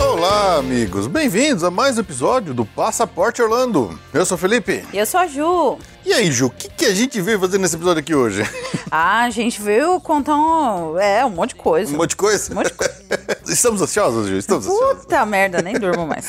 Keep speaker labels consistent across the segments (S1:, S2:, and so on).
S1: Olá, amigos. Bem-vindos a mais um episódio do Passaporte Orlando. Eu sou o Felipe.
S2: E eu sou a Ju.
S1: E aí, Ju, o que, que a gente veio fazer nesse episódio aqui hoje?
S2: Ah, a gente veio contar um, é, um monte de coisa.
S1: Um monte de coisa?
S2: Um monte de
S1: Estamos ansiosos, Ju? Estamos ansiosos.
S2: Puta merda, nem durmo mais.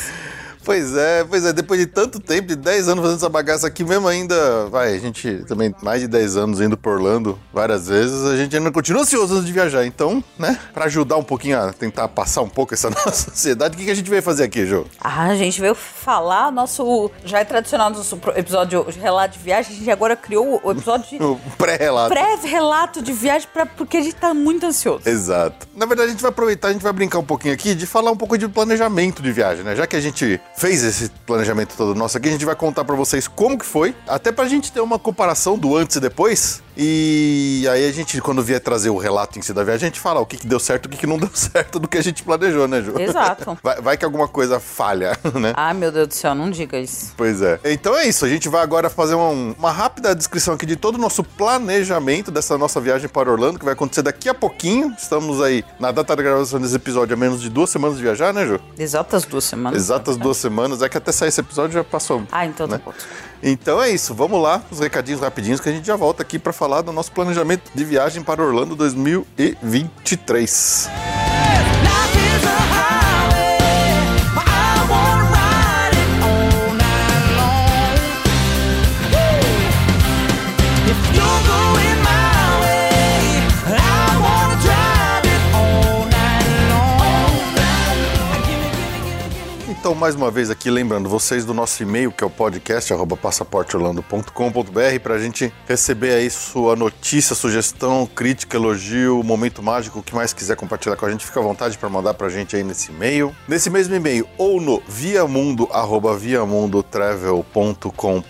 S1: Pois é, pois é. Depois de tanto tempo, de 10 anos fazendo essa bagaça aqui, mesmo ainda... Vai, a gente também mais de 10 anos indo por Orlando várias vezes. A gente ainda continua ansioso antes de viajar. Então, né, pra ajudar um pouquinho a tentar passar um pouco essa nossa ansiedade, o que, que a gente veio fazer aqui, Ju?
S2: Ah, a gente veio falar nosso. Já é tradicional nosso pro- episódio de relato de viagem. A gente agora criou o episódio de
S1: O Um pré-relato.
S2: pré-relato de viagem pra, porque a gente tá muito ansioso.
S1: Exato. Na verdade, a gente vai aproveitar, a gente vai brincar um pouquinho aqui de falar um pouco de planejamento de viagem, né? Já que a gente fez esse planejamento todo nosso aqui, a gente vai contar pra vocês como que foi, até pra gente ter uma comparação do antes e depois. E aí a gente, quando vier trazer o relato em si da viagem, a gente fala o que, que deu certo, o que, que não deu certo do que a gente planejou, né, Ju?
S2: Exato.
S1: Vai, vai que alguma coisa falha, né?
S2: Ah, meu Deus do céu, não diga isso.
S1: Pois é. Então é isso. A gente vai agora fazer uma, uma rápida descrição aqui de todo o nosso planejamento dessa nossa viagem para Orlando, que vai acontecer daqui a pouquinho. Estamos aí na data da gravação desse episódio, a menos de duas semanas de viajar, né, Ju?
S2: Exatas duas semanas.
S1: Exatas duas semanas. É que até sair esse episódio já passou.
S2: Ah, então tá
S1: né?
S2: bom.
S1: Então é isso. Vamos lá, os recadinhos rapidinhos, que a gente já volta aqui para falar do nosso planejamento de viagem para Orlando 2023.
S3: Life is a highway, I wanna ride it all night long. If you're going my way, I wanna drive it all night long. Give me, give me, give me, give me.
S1: Então, mais uma vez aqui, lembrando vocês do nosso e-mail, que é o podcast, arroba passaporteorlando.com.br, para a gente receber aí sua notícia, sugestão, crítica, elogio, momento mágico, o que mais quiser compartilhar com a gente, fica à vontade para mandar para a gente aí nesse e-mail. Nesse mesmo e-mail, ou no viamundo, arroba viamundotravel.com.br,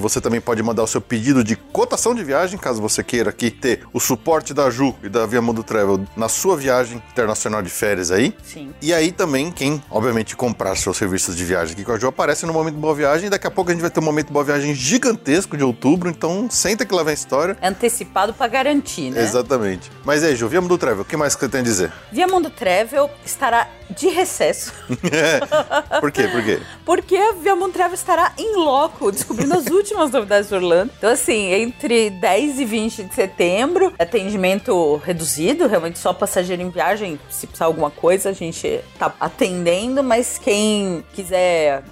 S1: você também pode mandar o seu pedido de cotação de viagem, caso você queira aqui ter o suporte da Ju e da Via Mundo Travel na sua viagem internacional de férias aí.
S2: Sim.
S1: E aí também, quem, obviamente, comprar seus serviços de viagem aqui com a Ju aparece no Momento Boa Viagem. Daqui a pouco a gente vai ter um Momento Boa Viagem gigantesco de outubro, então senta que lá vem a história.
S2: Antecipado pra garantir, né?
S1: Exatamente. Mas aí, Ju, viemos do Travel, o que mais que você tem a dizer?
S2: Via Mundo Travel estará de recesso.
S1: Por quê? Por quê?
S2: Porque a Via Montrava estará em loco, descobrindo as últimas novidades de Orlando. Então, assim, entre 10 e 20 de setembro, atendimento reduzido, realmente só passageiro em viagem. Se precisar alguma coisa, a gente tá atendendo, mas quem quiser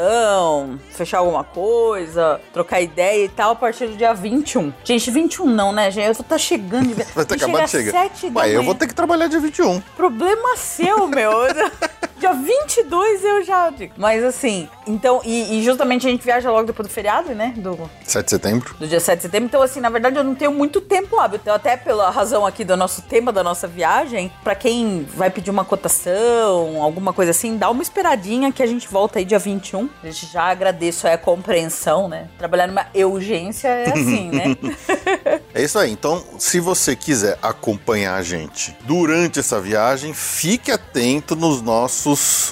S2: cotação, fechar alguma coisa, trocar ideia e tal, a partir do dia 21. Gente, 21 não, né, gente? Eu vou estar chegando. de viagem.
S1: Vai ter acabado de chegar.
S2: às 7 da
S1: Ué, eu
S2: manhã.
S1: vou ter que trabalhar dia 21.
S2: Problema seu, meu. Dia 22 eu já digo. Mas assim, então, e, e justamente a gente viaja logo depois do feriado, né? Do,
S1: 7 de setembro.
S2: do dia 7 de setembro. Então, assim, na verdade eu não tenho muito tempo hábil. Então, até pela razão aqui do nosso tema da nossa viagem, pra quem vai pedir uma cotação, alguma coisa assim, dá uma esperadinha que a gente volta aí dia 21. A gente já agradeço aí a compreensão, né? Trabalhar numa urgência é assim, né?
S1: É isso aí. Então, se você quiser acompanhar a gente durante essa viagem, fique atento nos nossos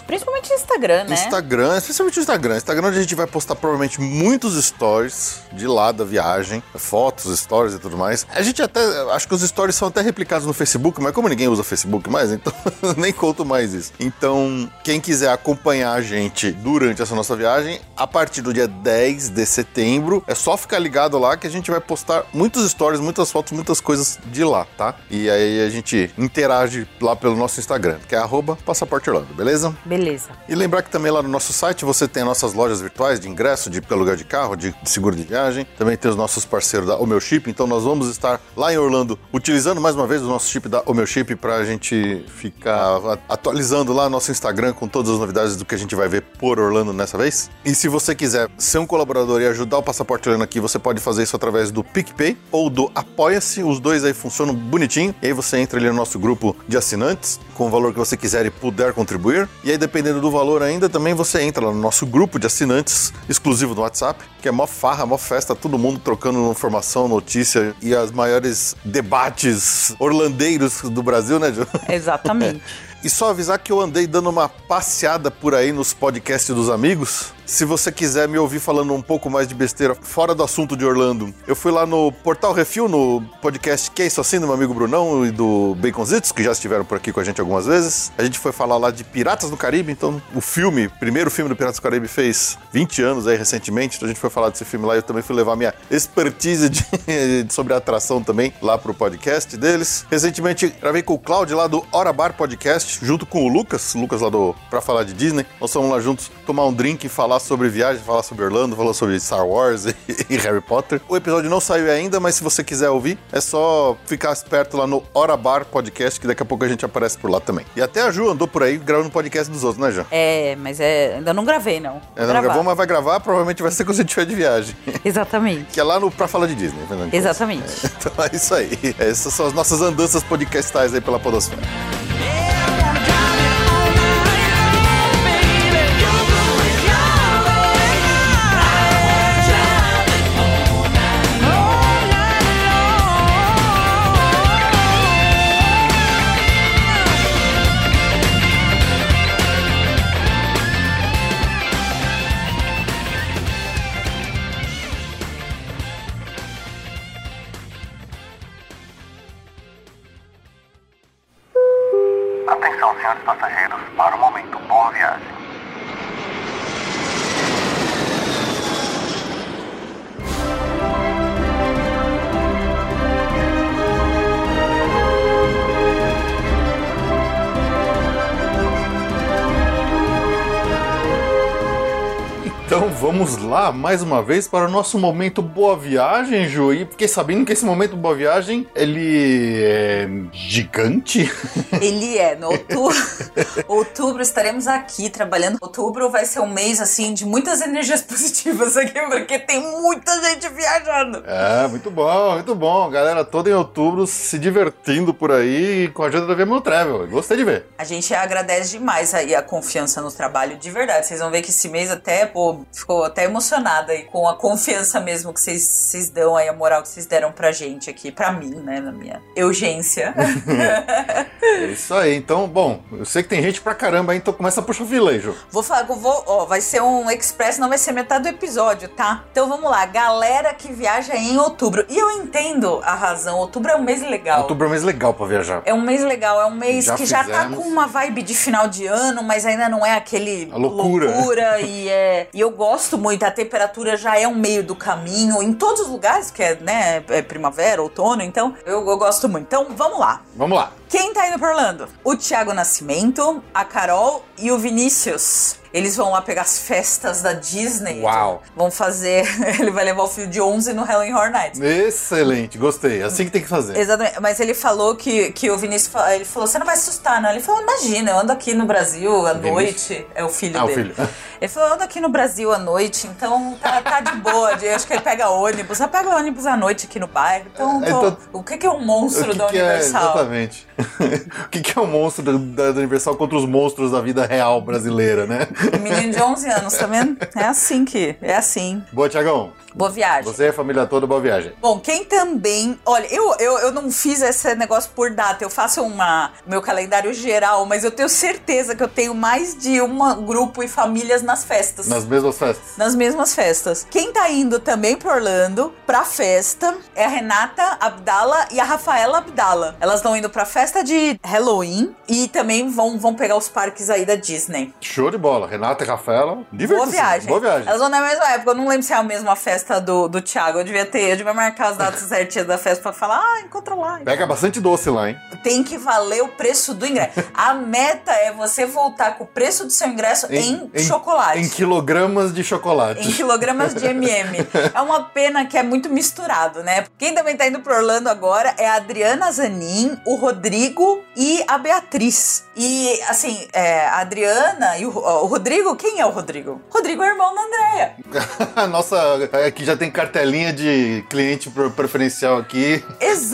S2: Principalmente no Instagram, né?
S1: Instagram, especialmente o Instagram. Instagram onde a gente vai postar provavelmente muitos stories de lá da viagem, fotos, stories e tudo mais. A gente até, acho que os stories são até replicados no Facebook, mas como ninguém usa Facebook mais, então nem conto mais isso. Então, quem quiser acompanhar a gente durante essa nossa viagem, a partir do dia 10 de setembro, é só ficar ligado lá que a gente vai postar muitos stories stories, muitas fotos, muitas coisas de lá, tá? E aí a gente interage lá pelo nosso Instagram, que é arroba Passaporte Orlando, beleza?
S2: Beleza.
S1: E lembrar que também lá no nosso site você tem nossas lojas virtuais de ingresso, de aluguel de carro, de de seguro de viagem. Também tem os nossos parceiros da Homeu Chip. Então nós vamos estar lá em Orlando utilizando mais uma vez o nosso chip da Homeu Chip para a gente ficar a- atualizando lá nosso Instagram com todas as novidades do que a gente vai ver por Orlando nessa vez. E se você quiser ser um colaborador e ajudar o Passaporte Orlando aqui, você pode fazer isso através do PicPay ou do Apoia-se. Os dois aí funcionam bonitinho. E aí você entra ali no nosso grupo de assinantes com o valor que você quiser e puder contribuir. E aí, dependendo do valor ainda, também você entra lá no nosso grupo de assinantes exclusivo do WhatsApp, que é mó farra, mó festa, todo mundo trocando informação, notícia e as maiores debates orlandeiros do Brasil, né, Ju?
S2: Exatamente.
S1: E só avisar que eu andei dando uma passeada por aí nos podcasts dos amigos. Se você quiser me ouvir falando um pouco mais de besteira fora do assunto de Orlando, eu fui lá no Portal Refil, no podcast Que é Isso Assim, do meu amigo Brunão e do Baconzitos, que já estiveram por aqui com a gente algumas vezes. A gente foi falar lá de Piratas do Caribe, então o filme, o primeiro filme do Piratas do Caribe fez 20 anos aí recentemente, então a gente foi falar desse filme lá e eu também fui levar minha expertise de- sobre a atração também lá pro podcast deles. Recentemente gravei com o Claudio lá do Hora Bar Podcast, junto com o Lucas, o Lucas lá do Pra Falar de Disney. Nós fomos lá juntos tomar um drink e falar sobre viagem, falar sobre Orlando, falar sobre Star Wars e, e Harry Potter. O episódio não saiu ainda, mas se você quiser ouvir, é só ficar esperto lá no Hora Bar Podcast, que daqui a pouco a gente aparece por lá também. E até a Ju andou por aí gravando podcast dos outros, né, Ju?
S2: É, mas é, ainda não gravei, não. Vou
S1: Ela não
S2: gravar.
S1: gravou, mas vai gravar, provavelmente vai ser quando você estiver de viagem.
S2: Exatamente.
S1: Que é lá no Pra Falar de Disney, Fernando. Dias.
S2: Exatamente.
S1: É, Então é isso aí. Essas são as nossas andanças podcastais aí pela Podosfera.
S4: Atenção, senhores passageiros, para o momento. Boa viagem.
S1: Então vamos lá mais uma vez para o nosso momento Boa Viagem, Ju. E fiquei sabendo que esse momento Boa Viagem, ele é gigante.
S2: Ele é, no outubro, outubro estaremos aqui trabalhando. Outubro vai ser um mês, assim, de muitas energias positivas aqui, porque tem muita gente viajando.
S1: É, muito bom, muito bom. Galera toda em outubro se divertindo por aí com a ajuda da Vemo Travel. Gostei de ver.
S2: A gente agradece demais aí a confiança no trabalho, de verdade. Vocês vão ver que esse mês até, pô, ficou até emocionada aí com a confiança mesmo que vocês, vocês dão aí, a moral que vocês deram pra gente aqui, pra mim, né, na minha urgência.
S1: É isso aí. Então, bom, eu sei que tem gente pra caramba aí, então começa a puxar fila aí, Ju.
S2: Vou falar, eu vou, ó, vai ser um express, não vai ser metade do episódio, tá? Então vamos lá, galera que viaja em outubro. E eu entendo a razão, outubro é um mês legal.
S1: Outubro é um mês legal pra viajar.
S2: É um mês legal, é um mês
S1: Já
S2: que já tá
S1: fizemos.
S2: com uma vibe de final de ano, mas ainda não é aquele
S1: A loucura.
S2: loucura, e é, e eu gosto muito, a temperatura já é um meio do caminho em todos os lugares, que é, né, é primavera, outono, então eu, eu gosto muito. Então vamos lá.
S1: Vamos lá.
S2: Quem tá indo pra Orlando? O Thiago Nascimento, a Carol e o Vinícius. Eles vão lá pegar as festas da Disney.
S1: Uau.
S2: Vão fazer. Ele vai levar o filho de 11 no Halloween Horror Nights.
S1: Excelente, gostei. Assim que tem que fazer.
S2: Exatamente, mas ele falou que, que o Vinícius fa- ele falou: você não vai assustar, não. Ele falou: imagina, eu ando aqui no Brasil à
S1: Vinícius?
S2: noite. É o filho
S1: Ah, o
S2: dele.
S1: filho.
S2: Ele falou: eu ando aqui no Brasil à noite, então tá, tá de boa. Eu acho que ele pega ônibus. Ela pega ônibus à noite aqui no bairro. Então,
S1: É,
S2: tô-
S1: então-
S2: o que, que é um monstro da
S1: É,
S2: Universal?
S1: exatamente. o que, que é o monstro da, da Universal contra os monstros da vida real brasileira, né?
S2: Um Menino de 11 anos, tá vendo? É assim que. É assim.
S1: Boa, Tiagão.
S2: Boa viagem.
S1: Você e a família toda, boa viagem.
S2: Bom, quem também. Olha, eu, eu, eu não fiz esse negócio por data. Eu faço uma meu calendário geral, mas eu tenho certeza que eu tenho mais de um grupo e famílias nas festas.
S1: Nas mesmas festas.
S2: Nas mesmas festas. Quem tá indo também pra Orlando, pra festa, é a Renata Abdala e a Rafaela Abdala. Elas estão indo pra festa festa de Halloween e também vão, vão pegar os parques aí da Disney.
S1: Show de bola. Renata e Rafaela,
S2: Boa
S1: divertido.
S2: viagem.
S1: Boa viagem.
S2: Elas vão na mesma época. Eu não lembro se é a mesma festa do, do Thiago. Eu devia ter, eu devia marcar as datas certinhas da festa pra falar, ah, encontra lá.
S1: Pega bastante doce lá, hein?
S2: Tem que valer o preço do ingresso. A meta é você voltar com o preço do seu ingresso em, chocolate.
S1: Em quilogramas de chocolate.
S2: em quilogramas de MM. É uma pena que é muito misturado, né? Quem também tá indo pro Orlando agora é a Adriana Zanin, o Rodrigo e a Beatriz. E, assim, é, a Adriana e o, ó, o Rodrigo, quem é o Rodrigo? Rodrigo é o irmão da Andrea.
S1: Nossa, aqui já tem cartelinha de cliente pre- preferencial aqui.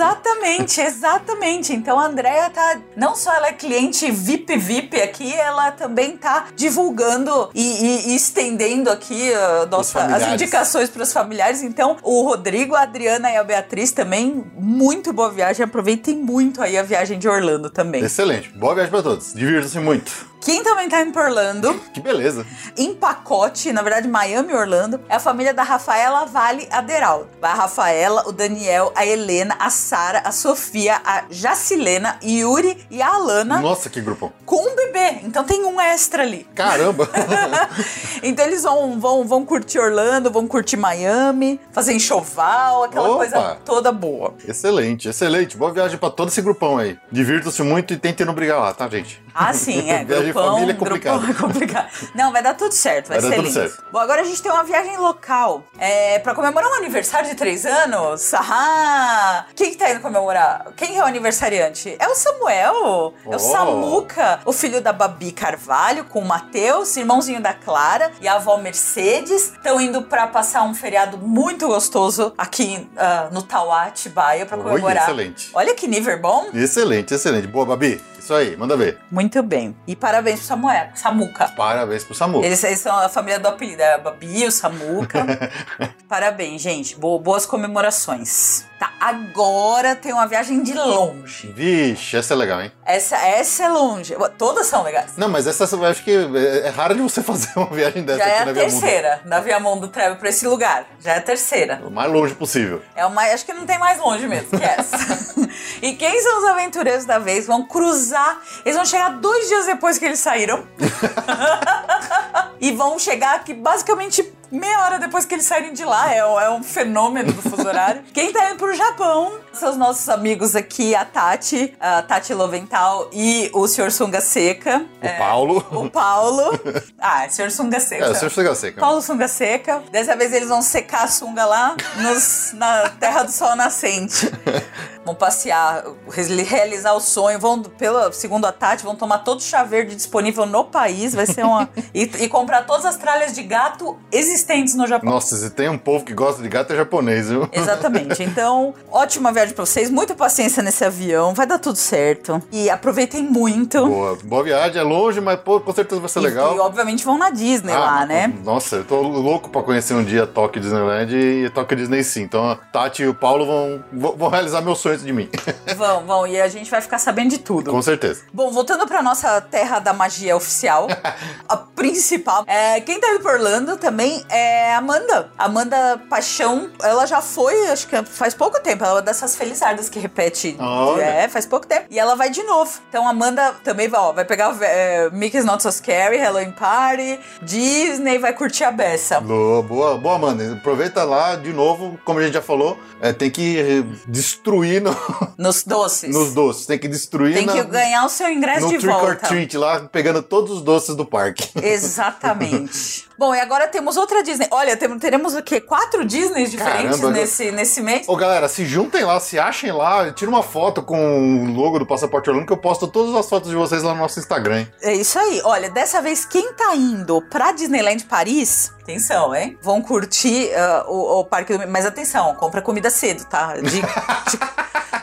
S2: Exatamente, exatamente. Então a Andrea tá. Não só ela é cliente VIP VIP aqui, ela também tá divulgando e, e- e estendendo aqui uh, nossa, as
S1: familiares.
S2: indicações para os familiares. Então, o Rodrigo, a Adriana e a Beatriz também, muito boa viagem. Aproveitem muito aí a viagem de Orlando também.
S1: Excelente. Boa viagem pra todos. Divirtam-se muito.
S2: Quem também tá indo pra Orlando,
S1: Que beleza.
S2: em pacote, na verdade, Miami e Orlando, é a família da Rafaela Vale Aderal. Vai a Rafaela, o Daniel, a Helena, a Sara, a Sofia, a Jacilena, Yuri e a Alana
S1: Nossa, que grupão.
S2: com um bebê. Então tem um extra ali.
S1: Caramba.
S2: então eles vão, vão, vão curtir Orlando, vão curtir Miami, fazer enxoval, aquela
S1: Opa!
S2: coisa toda boa.
S1: excelente, excelente. Boa viagem pra todo esse grupão aí. Divirtam-se muito e tentem não brigar lá, tá, gente?
S2: Ah, sim, é.
S1: Viagem em
S2: Grupão,
S1: família é
S2: grupão
S1: complicado.
S2: é complicado. Não, vai dar tudo certo, vai,
S1: Vai dar
S2: ser
S1: tudo
S2: lindo.
S1: certo.
S2: Bom, agora a gente tem uma viagem local. É, pra comemorar um aniversário de três anos? Ah! Quem que tá indo comemorar? Quem é o aniversariante? É o Samuel, é o
S1: Oh.
S2: Samuca, o filho da Babi Carvalho, com o Matheus, irmãozinho da Clara e a avó Mercedes. Estão indo pra passar um feriado muito gostoso aqui ah, no Tauá, Atibaia, pra
S1: Oi,
S2: comemorar.
S1: excelente.
S2: Olha que nível bom.
S1: Excelente, excelente. Boa, Babi. Isso aí, manda ver.
S2: Muito bem. E parabéns pro Samuel, Samuca.
S1: Parabéns pro Samu.
S2: Eles, eles são a família do apelido, é a Babi, o Samuca. Parabéns, gente. Bo- boas comemorações. Tá, agora tem uma viagem de longe.
S1: Vixe, essa é legal, hein?
S2: Essa, essa é longe. Ué, Todas são legais.
S1: Não, mas essa eu acho que é é raro de você fazer uma viagem dessa
S2: Já
S1: aqui
S2: é
S1: na
S2: a
S1: Via Mundo.
S2: terceira da Via Mundo Travel pra esse lugar. Já é a terceira.
S1: O mais longe possível.
S2: É uma, acho que não tem mais longe mesmo que é essa. e quem são os aventureiros da vez? Vão cruzar. Eles vão chegar dois dias depois que eles saíram. e vão chegar aqui basicamente meia hora depois que eles saírem de lá. É, um- é um fenômeno do fuso horário. Quem tá indo pro Japão são os nossos amigos aqui, a Tati, a Tati Lovental e o Sr. Sunga Seca.
S1: O Paulo.
S2: O Paulo. Ah, é Sr. Sunga Seca.
S1: É, o senhor chega seca.
S2: Paulo Sunga Seca. Dessa vez eles vão secar a sunga lá nos- na Terra do Sol Nascente. Vão passear, re- realizar o sonho. Vão, pela, segundo a Tati, vão tomar todo o chá verde disponível no país. Vai ser uma. e, e comprar todas as tralhas de gato existentes no Japão.
S1: Nossa, se tem um povo que gosta de gato é japonês, viu?
S2: Exatamente. Então, ótima viagem pra vocês. Muita paciência nesse avião. Vai dar tudo certo. E aproveitem muito.
S1: Boa, boa viagem, é longe, mas pô, com certeza vai ser
S2: E-
S1: legal.
S2: E, obviamente, vão na Disney lá,
S1: Ah,
S2: né?
S1: Nossa, eu tô louco pra conhecer um dia Tóquio Disneyland e Tóquio Disney sim. Então a Tati e o Paulo vão, vão vão realizar meus sonhos de mim.
S2: Vão, vão. E a gente vai ficar sabendo de tudo.
S1: com certeza.
S2: Bom, voltando pra nossa terra da magia oficial, a principal. É, quem tá indo pra Orlando também é a Amanda. Amanda Paixão, ela já foi, acho que faz pouco tempo. Ela é uma dessas felizardas que repete.
S1: Olha.
S2: É, faz pouco tempo. E ela vai de novo. Então a Amanda também vai, ó, vai pegar é, Mickey's Not So Scary, Halloween Party, Disney, vai curtir a beça.
S1: Boa, boa, boa, mano. Aproveita lá de novo, como a gente já falou, é, tem que eh, destruir no-
S2: Nos doces.
S1: nos doces, tem que destruir
S2: Tem
S1: na-
S2: que ganhar o seu ingresso
S1: no
S2: de
S1: trick or
S2: volta.
S1: treat lá, pegando todos os doces do parque.
S2: Exatamente. Bom, e agora temos outra Disney. Olha, tem- teremos o quê? Quatro Disneys diferentes
S1: Caramba.
S2: nesse, nesse mês?
S1: Ô galera, se juntem lá, se achem lá, tira uma foto com o logo do Passaporte Orlando que eu posto todas as fotos de vocês lá no nosso Instagram. hein?
S2: É isso aí. Olha, dessa vez quem tá indo pra Disneyland Paris, atenção, hein? Vão curtir ah, o, o parque do. Mas atenção, compra comida cedo, tá? Dica, dica,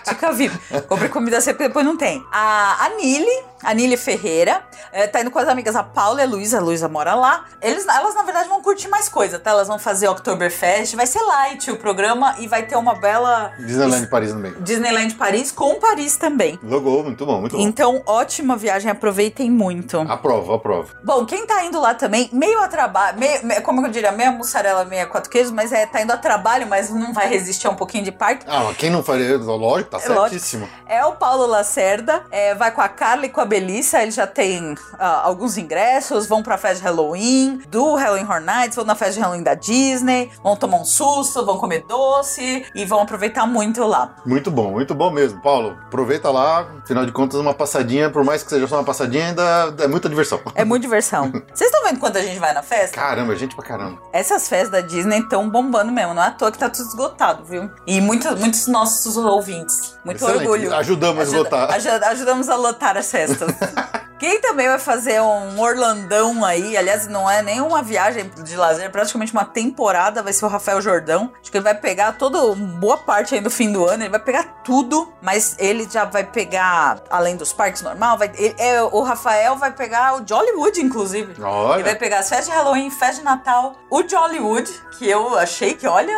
S2: dica viva. Compre comida cedo porque depois não tem. A, a Nili, a Nili Ferreira, eh, tá indo com as amigas a Paula e a Luísa. A Luísa mora lá. Eles, elas, na verdade, vão curtir mais coisa, tá? Elas vão fazer Oktoberfest, vai ser light o programa e vai ter uma bela
S1: Disneyland Paris no meio.
S2: Disneyland Paris com Paris também.
S1: Logo, muito bom, muito bom.
S2: Então, ótima viagem, aproveitem muito.
S1: Aprova, aprova.
S2: Bom, quem tá indo lá também, meio a trabalho, meio- me- como eu diria, meio a mussarela, meio a quatro queijos, mas é, tá indo a trabalho, mas não vai resistir a um pouquinho de parque.
S1: Ah, mas quem não faria, lógico, Tá
S2: É lógico.
S1: certíssimo.
S2: É o Paulo Lacerda, é, vai com a Carla e com a Belissa, eles já têm ah, alguns ingressos, vão pra festa de Halloween, do Halloween Horror Nights, vão na festa de Halloween da Disney, vão tomar um susto, vão comer doce e vão aproveitar muito lá.
S1: Muito bom, muito bom mesmo. Paulo, aproveita lá. Afinal de contas, uma passadinha, por mais que seja só uma passadinha, ainda é muita diversão.
S2: É muita diversão. Vocês estão vendo quanto a gente vai na festa?
S1: Caramba, gente pra caramba.
S2: Essas festas da Disney estão bombando mesmo, não é à toa que tá tudo esgotado, viu? E muito, muitos nossos ouvintes. Muito
S1: Excelente.
S2: orgulho.
S1: Ajudamos a esgotar.
S2: aju- ajudamos a lotar as festas. Quem também vai fazer um Orlandão aí, aliás, não é nem uma viagem de lazer, é praticamente uma temporada, vai ser o Rafael Jordão. Acho que ele vai pegar toda, boa parte aí do fim do ano, ele vai pegar tudo, mas ele já vai pegar, além dos parques normal, vai- ele- é, o Rafael vai pegar o Jollywood, inclusive.
S1: Olha.
S2: Ele vai pegar as festas de Halloween, festa de Natal, o Jollywood, que eu achei que, olha,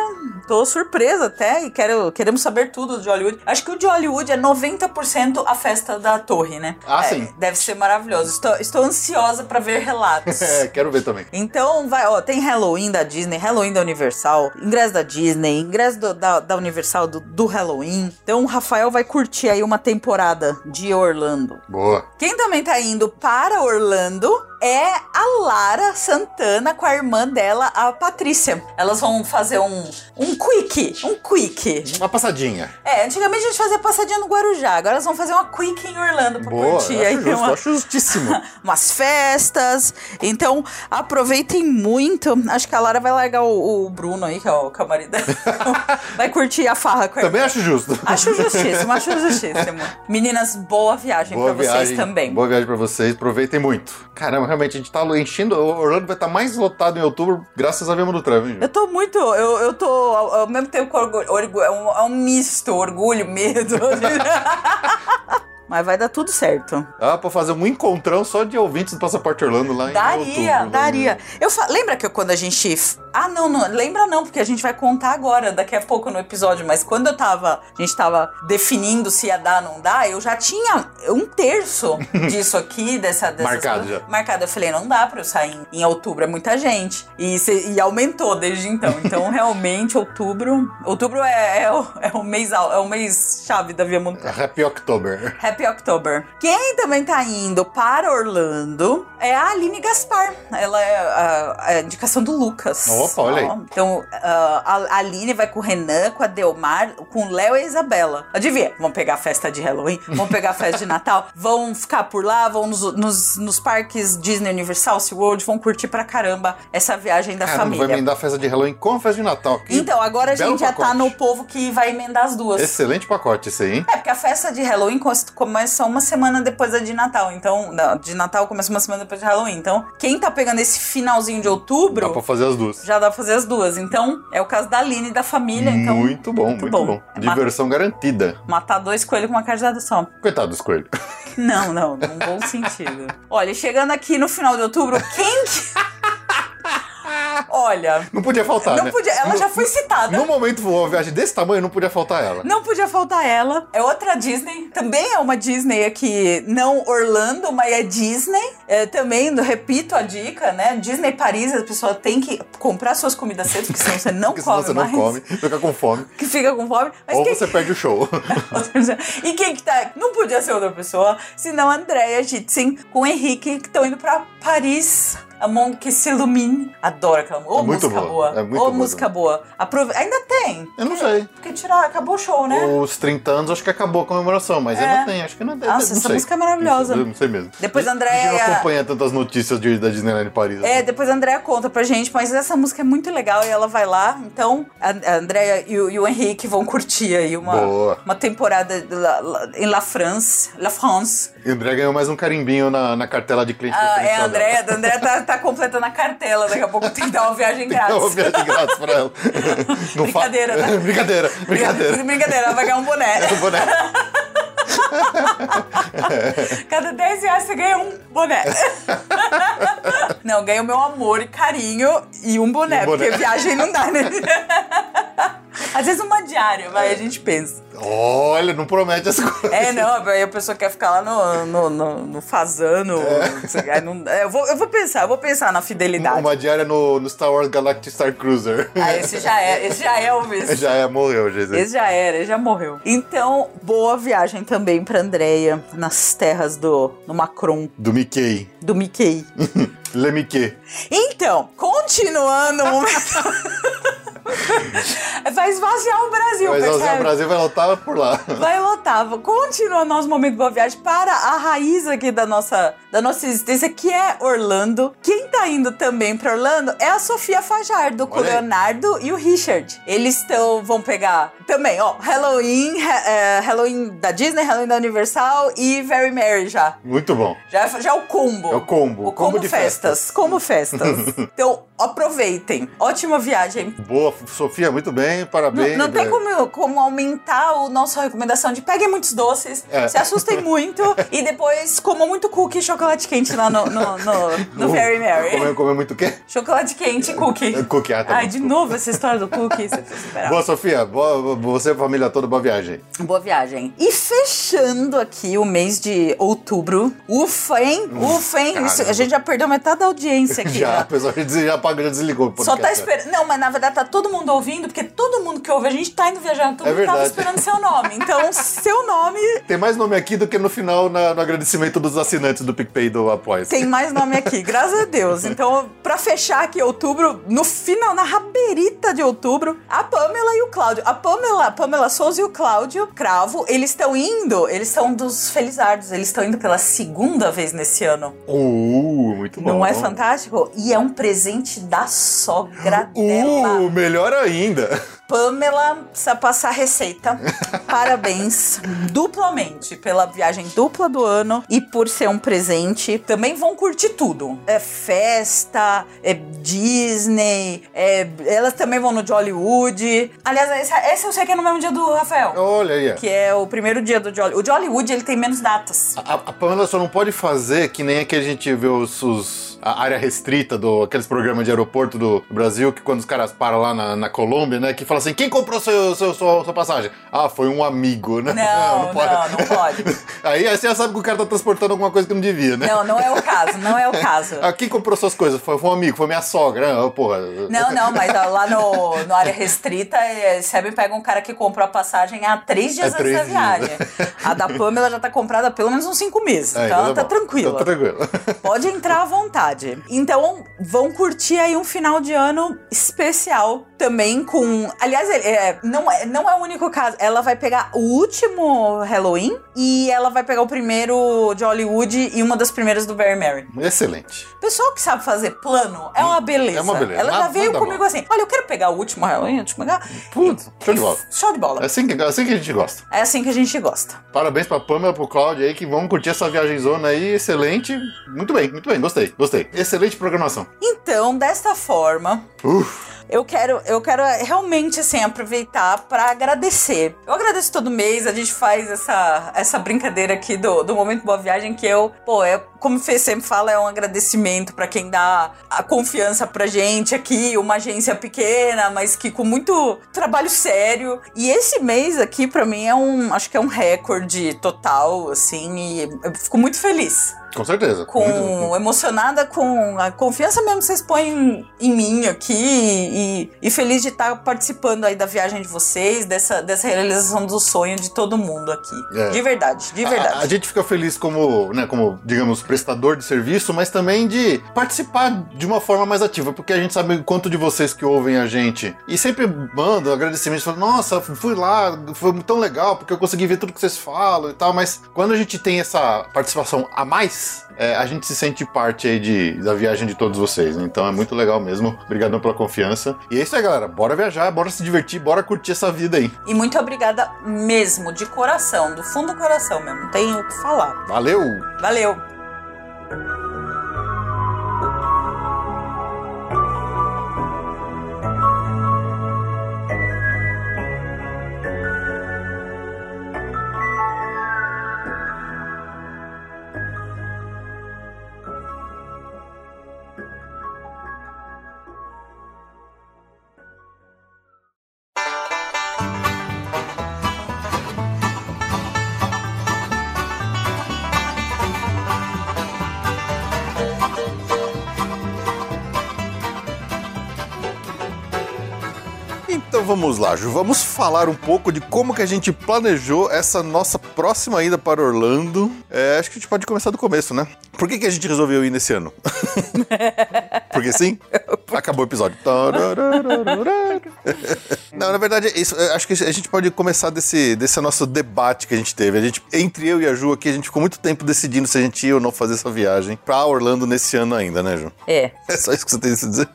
S2: tô surpresa até e quero, queremos saber tudo do Jollywood. Acho que o Jollywood é 90% a festa da torre, né?
S1: Ah,
S2: É,
S1: sim.
S2: Deve ser maravilhoso. Estou, estou ansiosa pra ver relatos.
S1: É, quero ver também.
S2: Então, vai, ó, tem Halloween da Disney, Halloween da Universal, ingresso da Disney, ingresso do- da, da Universal do, do Halloween. Então, o Rafael vai curtir aí uma temporada de Orlando.
S1: Boa.
S2: Quem também tá indo para Orlando é a Lara Santana com a irmã dela, a Patrícia. Elas vão fazer um, um quick, um quick.
S1: Uma passadinha.
S2: É, antigamente a gente fazia passadinha no Guarujá, agora elas vão fazer uma quick em Orlando pra
S1: Boa.
S2: curtir. aí
S1: Acho justo,
S2: uma-
S1: acho justíssimo.
S2: umas festas. Então, aproveitem muito. Acho que a Lara vai largar o, o Bruno aí, que é o camarada. vai curtir a farra com a
S1: também acho justo.
S2: Acho justíssimo, acho justíssimo. Meninas, boa viagem
S1: Boa
S2: pra
S1: viagem.
S2: vocês também.
S1: Boa viagem pra vocês. Aproveitem muito. Caramba, realmente, a gente tá enchendo. O Orlando vai estar mais lotado em outubro, graças a Vemo do Trave.
S2: Eu tô muito. Eu, eu tô ao, ao mesmo tempo com orgulho. orgulho- é, um, é um misto, orgulho, medo. Mas vai dar tudo certo.
S1: Ah, pra fazer um encontrão só de ouvintes do Passaporte Orlando lá em outubro.
S2: Daria,
S1: né?
S2: daria. Eu fa- Lembra que eu- quando a gente. Ah, não, não. Lembra não, porque a gente vai contar agora, daqui a pouco no episódio. Mas quando eu tava. A gente tava definindo se ia dar ou não dar, eu já tinha um terço disso aqui, dessa. dessas
S1: Marcado
S2: coisas-
S1: já.
S2: Marcado. Eu falei, não dá pra eu sair em, em outubro, é muita gente. E, se- e aumentou desde então. Então, realmente, outubro. Outubro é, é o, é o mês al- é o mês chave da Via Montanha.
S1: É Happy October.
S2: Happy October. Quem também tá indo para Orlando é a Aline Gaspar. Ela é a, a indicação do Lucas.
S1: Opa, olha aí.
S2: Ó, Então, ah, a a Aline vai com o Renan, com a Delmar, com o Léo e a Isabela. Adivinha? Vão pegar a festa de Halloween, vão pegar a festa de Natal, vão ficar por lá, vão nos, nos- nos parques Disney Universal, SeaWorld, vão curtir pra caramba essa viagem da
S1: Caramba, É, vai
S2: família.
S1: emendar a festa de Halloween com a festa de Natal. Que
S2: Então, agora a
S1: belo
S2: gente já tá
S1: pacote.
S2: no povo que vai emendar as duas.
S1: Excelente pacote esse aí, hein?
S2: É, porque a festa de Halloween cons- começa uma semana depois da de Natal. Então, não, de Natal começa uma semana depois de Halloween. Então, quem tá pegando esse finalzinho de outubro,
S1: Dá pra fazer as duas.
S2: já dá pra fazer as duas. Então, é o caso da Aline e da família. Então,
S1: muito bom, muito, bom.
S2: É ma-
S1: Diversão garantida.
S2: matar dois coelhos com uma cajadada só.
S1: Coitado dos coelhos.
S2: Não, não, num bom sentido. Olha, chegando aqui no final de outubro, quem que... Olha,
S1: Não podia faltar,
S2: não
S1: né?
S2: podia, ela já foi citada.
S1: No momento, uma viagem desse tamanho, não podia faltar ela.
S2: Não podia faltar ela. É outra Disney. Também é uma Disney aqui, não Orlando, mas é Disney. É, também, no- repito a dica, né? Disney Paris, a pessoa tem que comprar suas comidas cedo, porque senão você não
S1: Porque senão
S2: come
S1: você
S2: mais.
S1: não come, fica com fome.
S2: Que fica com fome. Mas
S1: ou
S2: quem
S1: você perde o show.
S2: e quem que tá? Não podia ser outra pessoa, senão a Andrea Jitsin com o Henrique, que estão indo pra Paris. A mão que se ilumine. Adoro aquela música. Ô,
S1: É muito
S2: música
S1: boa,
S2: boa.
S1: é muito
S2: Ô,
S1: boa.
S2: música boa. Aprove- Ainda tem.
S1: Eu não sei.
S2: Porque tirar, acabou o show, né?
S1: Os 30 anos, acho que acabou a comemoração, mas ainda tem. Acho que não deve.
S2: É. Nossa,
S1: não
S2: essa
S1: sei.
S2: música é maravilhosa.
S1: Não sei, não sei mesmo.
S2: Depois
S1: A
S2: a
S1: gente
S2: Andréia-
S1: não acompanha tantas notícias de, da Disneyland Paris.
S2: É,
S1: assim.
S2: depois a Andrea conta pra gente, mas essa música é muito legal e ela vai lá. Então, a a Andrea e o, e o Henrique vão curtir aí uma,
S1: Boa.
S2: uma temporada de La- La- em La France. La France.
S1: E a Andréia ganhou mais um carimbinho na, na cartela de cliente.
S2: É. Ah, é a
S1: preferencial dela.
S2: Andrea. A Andrea tá, tá completando a cartela. Daqui a pouco tem que dar uma viagem
S1: É uma
S2: grátis.
S1: viagem grátis pra ela. Não fa-
S2: Brincadeira, tá?
S1: brincadeira, brincadeira.
S2: Brincadeira, ela vai ganhar um
S1: É um
S2: boné.
S1: boné.
S2: Cada 10 reais você ganha um boné. Não, ganha o meu amor e carinho e um boné,
S1: E um boné.
S2: porque viagem não dá, né? Às vezes uma diária, vai, a gente pensa.
S1: Olha, não promete as coisas.
S2: É, não, aí a pessoa quer ficar lá no, no, no, no fazano. não sei, aí não- é, eu, vou, eu vou pensar, eu vou pensar na fidelidade.
S1: Uma diária no, no Star Wars Galactic Star Cruiser.
S2: Ah, esse já é, esse já é o mesmo.
S1: Já é, morreu, Jesus.
S2: Esse já era, ele já morreu. Então, boa viagem também pra Andrea nas terras do no Macron,
S1: Do Mickey.
S2: do Mickey.
S1: Le Mickey.
S2: Então, continuando o momento. Vai esvaziar o Brasil,
S1: Mas
S2: percebe?
S1: o Brasil vai lutar por lá.
S2: Vai lotar. Continua nosso momento Boa Viagem para a raiz aqui da nossa, da nossa existência, que é Orlando. Quem tá indo também pra Orlando é a Sofia Fajardo, com o
S1: Olha aí.
S2: Leonardo e o Richard. Eles estão, vão pegar também, ó, Halloween, ha- é, Halloween da Disney, Halloween da Universal e Very Merry já.
S1: Muito bom.
S2: Já, já é o combo.
S1: É o combo,
S2: O combo,
S1: combo de
S2: festas. Combo festas. então, aproveitem. Ótima viagem
S1: Boa, Sofia, muito bem,
S2: não,
S1: parabéns.
S2: não tem
S1: né?
S2: como, como aumentar a nossa recomendação de peguem muitos doces,
S1: É.
S2: se assustem muito e depois comam muito cookie e chocolate quente lá no, no, no, no
S1: Uh,
S2: Very Mary.
S1: Comer, comer muito o quê?
S2: Chocolate quente e cookie.
S1: É, cookie, ah, tá
S2: Ai,
S1: bom,
S2: de
S1: desculpa.
S2: novo essa história do cookie. Isso eu preciso superar.
S1: Boa, Sofia. Boa, boa- você e a família toda, boa viagem.
S2: Boa viagem. E fechando aqui o mês de outubro. Ufa, hein? Ufa, hein? Isso- a
S1: Hum, caramba.
S2: gente já perdeu metade da audiência aqui.
S1: Já,
S2: né?
S1: o pessoal já des- já apagou, já desligou. o
S2: Só tá
S1: podcast. né?
S2: esperando. Não, mas na verdade tá todo mundo ouvindo, porque todo mundo que ouve, a gente tá indo viajando, todo
S1: É
S2: mundo tava
S1: verdade.
S2: esperando seu nome. Então, seu nome
S1: Tem mais nome aqui do que no final na- no agradecimento dos assinantes do PicPay e do Apoia.
S2: Tem mais nome aqui, graças a Deus. Então, pra fechar aqui outubro, no final, na raberita de outubro, a Pamela e o Cláudio. A Pamela, a Pamela Souza e o Cláudio Cravo, eles estão indo, eles são dos Felizardos, eles estão indo pela segunda vez nesse ano.
S1: Uh, muito bom.
S2: Não é fantástico? E é um presente da sogra dela.
S1: Uh, melhor ainda.
S2: Pamela precisa passar a receita. Parabéns duplamente pela viagem dupla do ano e por ser um presente. Também vão curtir tudo. É festa, é Disney, é- elas também vão no Jollywood. Aliás, essa, essa eu sei que é no mesmo dia do Rafael.
S1: Olha aí. ó.
S2: Que é o primeiro dia do Jolly. O Jollywood, ele tem menos datas.
S1: A, a Pamela só não pode fazer que nem aquele a gente vê os, os- a área restrita do aqueles programas de aeroporto do Brasil que quando os caras param lá na, na Colômbia, né, que fala assim, quem comprou seu, seu, sua, sua passagem? Ah, foi um amigo, né?
S2: É, Não, não, não pode.
S1: aí, aí você já sabe que o cara tá transportando alguma coisa que não devia, né?
S2: Não, não é o caso, não é o caso.
S1: Ah, quem comprou suas coisas? Foi, foi um amigo, foi minha sogra. Ah, porra.
S2: Não, não, mas ó, lá no, no área restrita, eh, Sebem pega um cara que comprou a passagem há três dias
S1: Há
S2: antes
S1: três
S2: da
S1: dias.
S2: viagem. A da Pamela já tá comprada há pelo menos uns cinco meses.
S1: Ah,
S2: então ela
S1: bom.
S2: tá tranquila.
S1: Tá tranquilo.
S2: Pode entrar à vontade. Então, vão curtir aí um final de ano especial também com. Aliás, é- é- não, é, não é o único caso. Ela vai pegar o último Halloween e ela vai pegar o primeiro de Hollywood e uma das primeiras do Very Mary.
S1: Excelente.
S2: Pessoal que sabe fazer plano é uma beleza.
S1: É uma beleza.
S2: Ela já
S1: Nada-
S2: veio
S1: nada
S2: comigo
S1: mal.
S2: assim: olha, eu quero pegar o último Halloween, o último lugar.
S1: Putz, show de bola.
S2: Show de bola.
S1: É assim que, é assim que a gente gosta.
S2: É assim que a gente gosta.
S1: Parabéns pra Pamela, pro Cláudio aí, que vão curtir essa viagem zona aí, excelente. Muito bem, muito bem, gostei, gostei. Excelente programação.
S2: Então, desta forma,
S1: Uf,
S2: eu quero, eu quero realmente assim, aproveitar para agradecer. Eu agradeço todo mês, a gente faz essa, essa brincadeira aqui do, do Momento Boa Viagem, que eu, pô, é, como o Fê sempre fala, é um agradecimento para quem dá a confiança pra gente aqui, uma agência pequena, mas que com muito trabalho sério. E esse mês aqui, pra mim, é um. Acho que é um recorde total, assim, e eu fico muito feliz
S1: com certeza.
S2: com emocionada com a confiança mesmo que vocês põem em mim aqui e, e feliz de estar participando aí da viagem de vocês, dessa, dessa realização do sonho de todo mundo aqui.
S1: É.
S2: De verdade, de
S1: A, a
S2: verdade.
S1: gente fica feliz como, né, como, digamos, prestador de serviço, mas também de participar de uma forma mais ativa, porque a gente sabe o quanto de vocês que ouvem a gente e sempre mandam agradecimentos, falam, nossa, fui lá, foi tão legal, porque eu consegui ver tudo que vocês falam e tal, mas quando a gente tem essa participação a mais, é, a gente se sente parte aí de, da viagem de todos vocês, né? então é muito legal mesmo, obrigado pela confiança. E é isso aí, galera, bora viajar, bora se divertir, bora curtir essa vida aí.
S2: E muito obrigada mesmo, de coração, do fundo do coração mesmo. Não tem o que falar.
S1: Valeu!
S2: Valeu!
S1: Então vamos lá, Ju. Vamos falar um pouco de como que a gente planejou essa nossa próxima ida para Orlando. É, acho que a gente pode começar do começo, né? Por que, que a gente resolveu ir nesse ano? Porque sim? Acabou o episódio. Não, na verdade, isso, eu acho que a gente pode começar desse, desse nosso debate que a gente teve. A gente, entre eu e a Ju aqui, a gente ficou muito tempo decidindo se a gente ia ou não fazer essa viagem pra Orlando nesse ano ainda, né, Ju?
S2: É.
S1: É só isso que você tem a se dizer?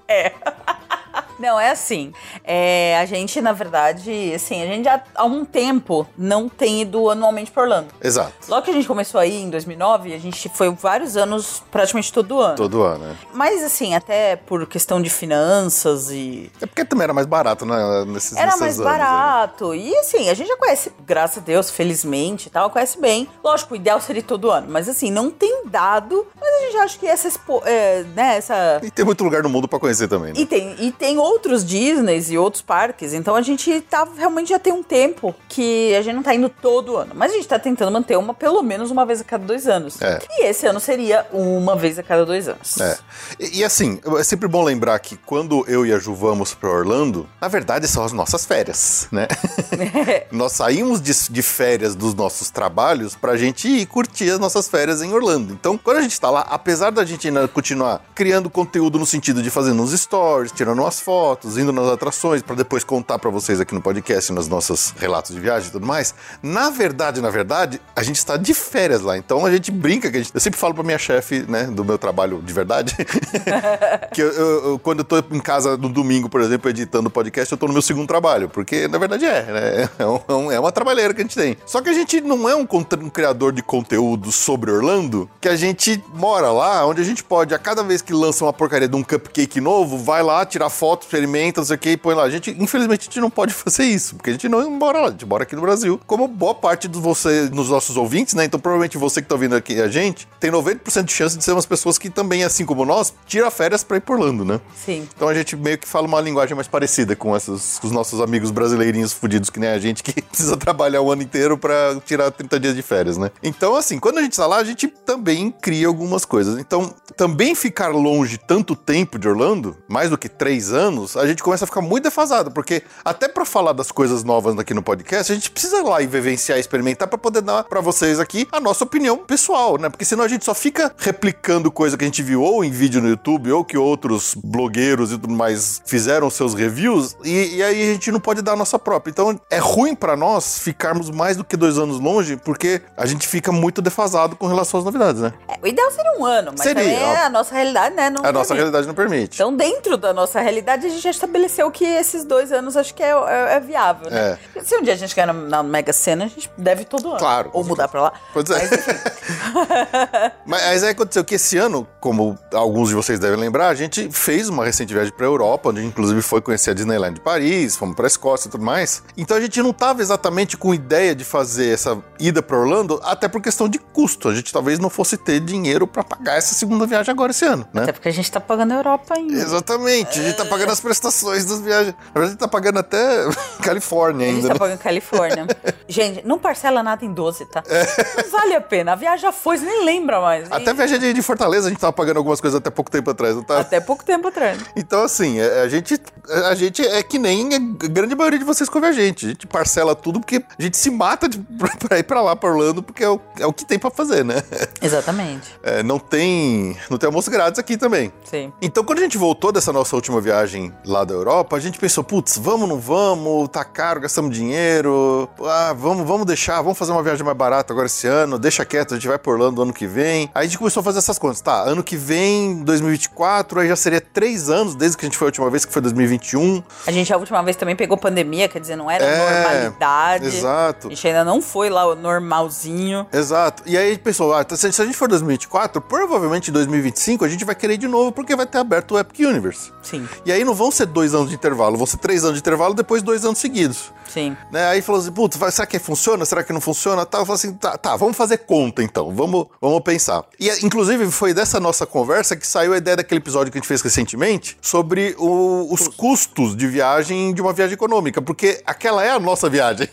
S2: Não, é assim. É, a gente, na verdade, assim, a gente já há um tempo não tem ido anualmente pra Orlando.
S1: Exato.
S2: Logo que a gente começou aí, em 2009, a gente foi vários anos, praticamente todo ano.
S1: Todo ano, né?
S2: Mas, assim, até por questão de finanças e
S1: É porque também era mais barato, né? Nesses,
S2: Era
S1: nesses
S2: mais
S1: anos aí.
S2: barato. E assim, a gente já conhece, graças a Deus, felizmente e tal, conhece bem. Lógico, o ideal seria todo ano, mas assim, não tem dado. Mas a gente acha que essa. expo- é, né, essa...
S1: E tem muito lugar no mundo pra conhecer também, né?
S2: E tem, e tem outros Disneys e outros parques, então a gente tá realmente já tem um tempo que a gente não tá indo todo ano, mas a gente tá tentando manter uma pelo menos uma vez a cada dois anos.
S1: É.
S2: E esse ano seria uma vez a cada dois anos.
S1: É. E, e assim, é sempre bom lembrar que quando eu e a Ju vamos pra Orlando, na verdade são as nossas férias, né? Nós saímos de, de férias dos nossos trabalhos pra gente ir curtir as nossas férias em Orlando. Então, quando a gente tá lá, apesar da gente ainda continuar criando conteúdo no sentido de fazendo uns stories, tirando umas fotos, indo nas atrações, pra depois contar pra vocês aqui no podcast, nos nossos relatos de viagem e tudo mais, na verdade, na verdade, a gente está de férias lá. Então a gente brinca que a gente, eu sempre falo pra minha chefe, né, do meu trabalho de verdade, que eu, eu- eu- quando eu tô em casa no domingo, por exemplo, editando podcast, eu tô no meu segundo trabalho, porque na verdade é, né? É, um- é um- é uma trabalheira que a gente tem. Só que a gente não é um, conte- um criador de conteúdo sobre Orlando, que a gente mora lá, onde a gente pode, a cada vez que lança uma porcaria de um cupcake novo, vai lá, tirar foto, experimenta, não sei o que, e põe lá. A gente, infelizmente, a gente não pode fazer isso, porque a gente não mora lá, a gente mora aqui no Brasil. Como boa parte dos você, dos nossos ouvintes, né? Então, provavelmente você que tá ouvindo aqui a gente, tem 90% de chance de ser umas pessoas que também, assim como nós, tira férias pra ir por Orlando, né?
S2: Sim.
S1: Então a gente meio que fala uma linguagem mais parecida com, essas, com os nossos amigos brasileirinhos fudidos que nem a gente, que precisa trabalhar o ano inteiro pra tirar 30 dias de férias, né? Então, assim, quando a gente tá lá, a gente também cria algumas coisas. Então, também ficar longe tanto tempo de Orlando, mais do que três anos, a gente começa a ficar muito defasado, porque até pra falar das coisas novas aqui no podcast, a gente precisa ir lá e vivenciar, experimentar pra poder dar pra vocês aqui a nossa opinião pessoal, né? Porque senão a gente só fica replicando coisa que a gente viu ou em vídeo no YouTube ou que outros blogueiros e tudo mais fizeram seus reviews e, e aí a gente não pode dar a nossa própria. Então é ruim pra nós ficarmos mais do que dois anos longe porque a gente fica muito defasado com relação às novidades, né?
S2: É, o ideal seria um ano, mas
S1: Seria,
S2: também é
S1: ó.
S2: a nossa realidade, né? Não
S1: A nossa
S2: permite.
S1: realidade não permite.
S2: Então, dentro da nossa realidade, a gente já estabeleceu que esses dois anos acho que é, é- é viável, né? Se um dia a gente ganhar na, na Mega Sena, a gente deve todo ano.
S1: Claro, com
S2: Ou mudar pra lá.
S1: Pois é. Mas, mas aí aconteceu que esse ano, como alguns de vocês devem lembrar, a gente fez uma recente viagem pra Europa, onde a gente, inclusive foi conhecer a Disneyland de Paris, fomos pra Escócia e tudo mais. Então a gente não tava exatamente com ideia de fazer essa ida pra Orlando, até por questão de custo. A gente talvez não fosse ter dinheiro pra pagar essa segunda viagem agora esse ano, né?
S2: Até porque a gente tá pagando a Europa ainda.
S1: Exatamente, a gente tá pagando as prestações das viagens. Na verdade, a gente tá pagando até Califórnia
S2: A gente
S1: ainda,
S2: tá
S1: né?
S2: pagando Califórnia. gente, não parcela nada em 12, tá? Não vale a pena. A viagem já foi, você nem lembra mais.
S1: É. Até a viagem de- de Fortaleza a gente tava pagando algumas coisas até pouco tempo atrás, não tá?
S2: Até pouco tempo atrás.
S1: Então, assim, a a gente, a gente é que nem a grande maioria de vocês que ouve a gente. A gente parcela tudo porque a gente se mata de, pra, pra ir pra lá, pra Orlando, porque é o, é o que tem pra fazer, né?
S2: Exatamente.
S1: É, não tem não tem almoço grátis aqui também.
S2: Sim.
S1: Então, quando a gente voltou dessa nossa última viagem lá da Europa, a gente pensou, putz, vamos, não vamos, tá caro, gastamos dinheiro, ah, vamos, vamos deixar, vamos fazer uma viagem mais barata agora esse ano, deixa quieto, a gente vai por Orlando ano que vem. Aí a gente começou a fazer essas contas, tá, ano que vem, 2024, aí já seria três anos desde que a gente foi a última vez, que foi 2021.
S2: A gente a última vez também pegou pandemia, quer dizer, não era
S1: É,
S2: normalidade.
S1: exato.
S2: A gente ainda não foi lá o normalzinho.
S1: Exato. E aí a gente pensou, ah, se se a gente for 2024, provavelmente em 2025 a gente vai querer ir de novo, porque vai ter aberto o Epic Universe.
S2: Sim.
S1: E aí não vão ser dois anos de intervalo, vão ser três anos de intervalo, depois dois anos seguidos.
S2: Sim.
S1: Né? Aí falou assim, putz, vai- será que funciona? Será que não funciona? Tá, eu falei assim, tá, tá, vamos fazer conta então, vamos, vamos pensar. E é, inclusive foi dessa nossa conversa que saiu a ideia daquele episódio que a gente fez recentemente sobre o- os custos de viagem, de uma viagem econômica, porque aquela é a nossa viagem.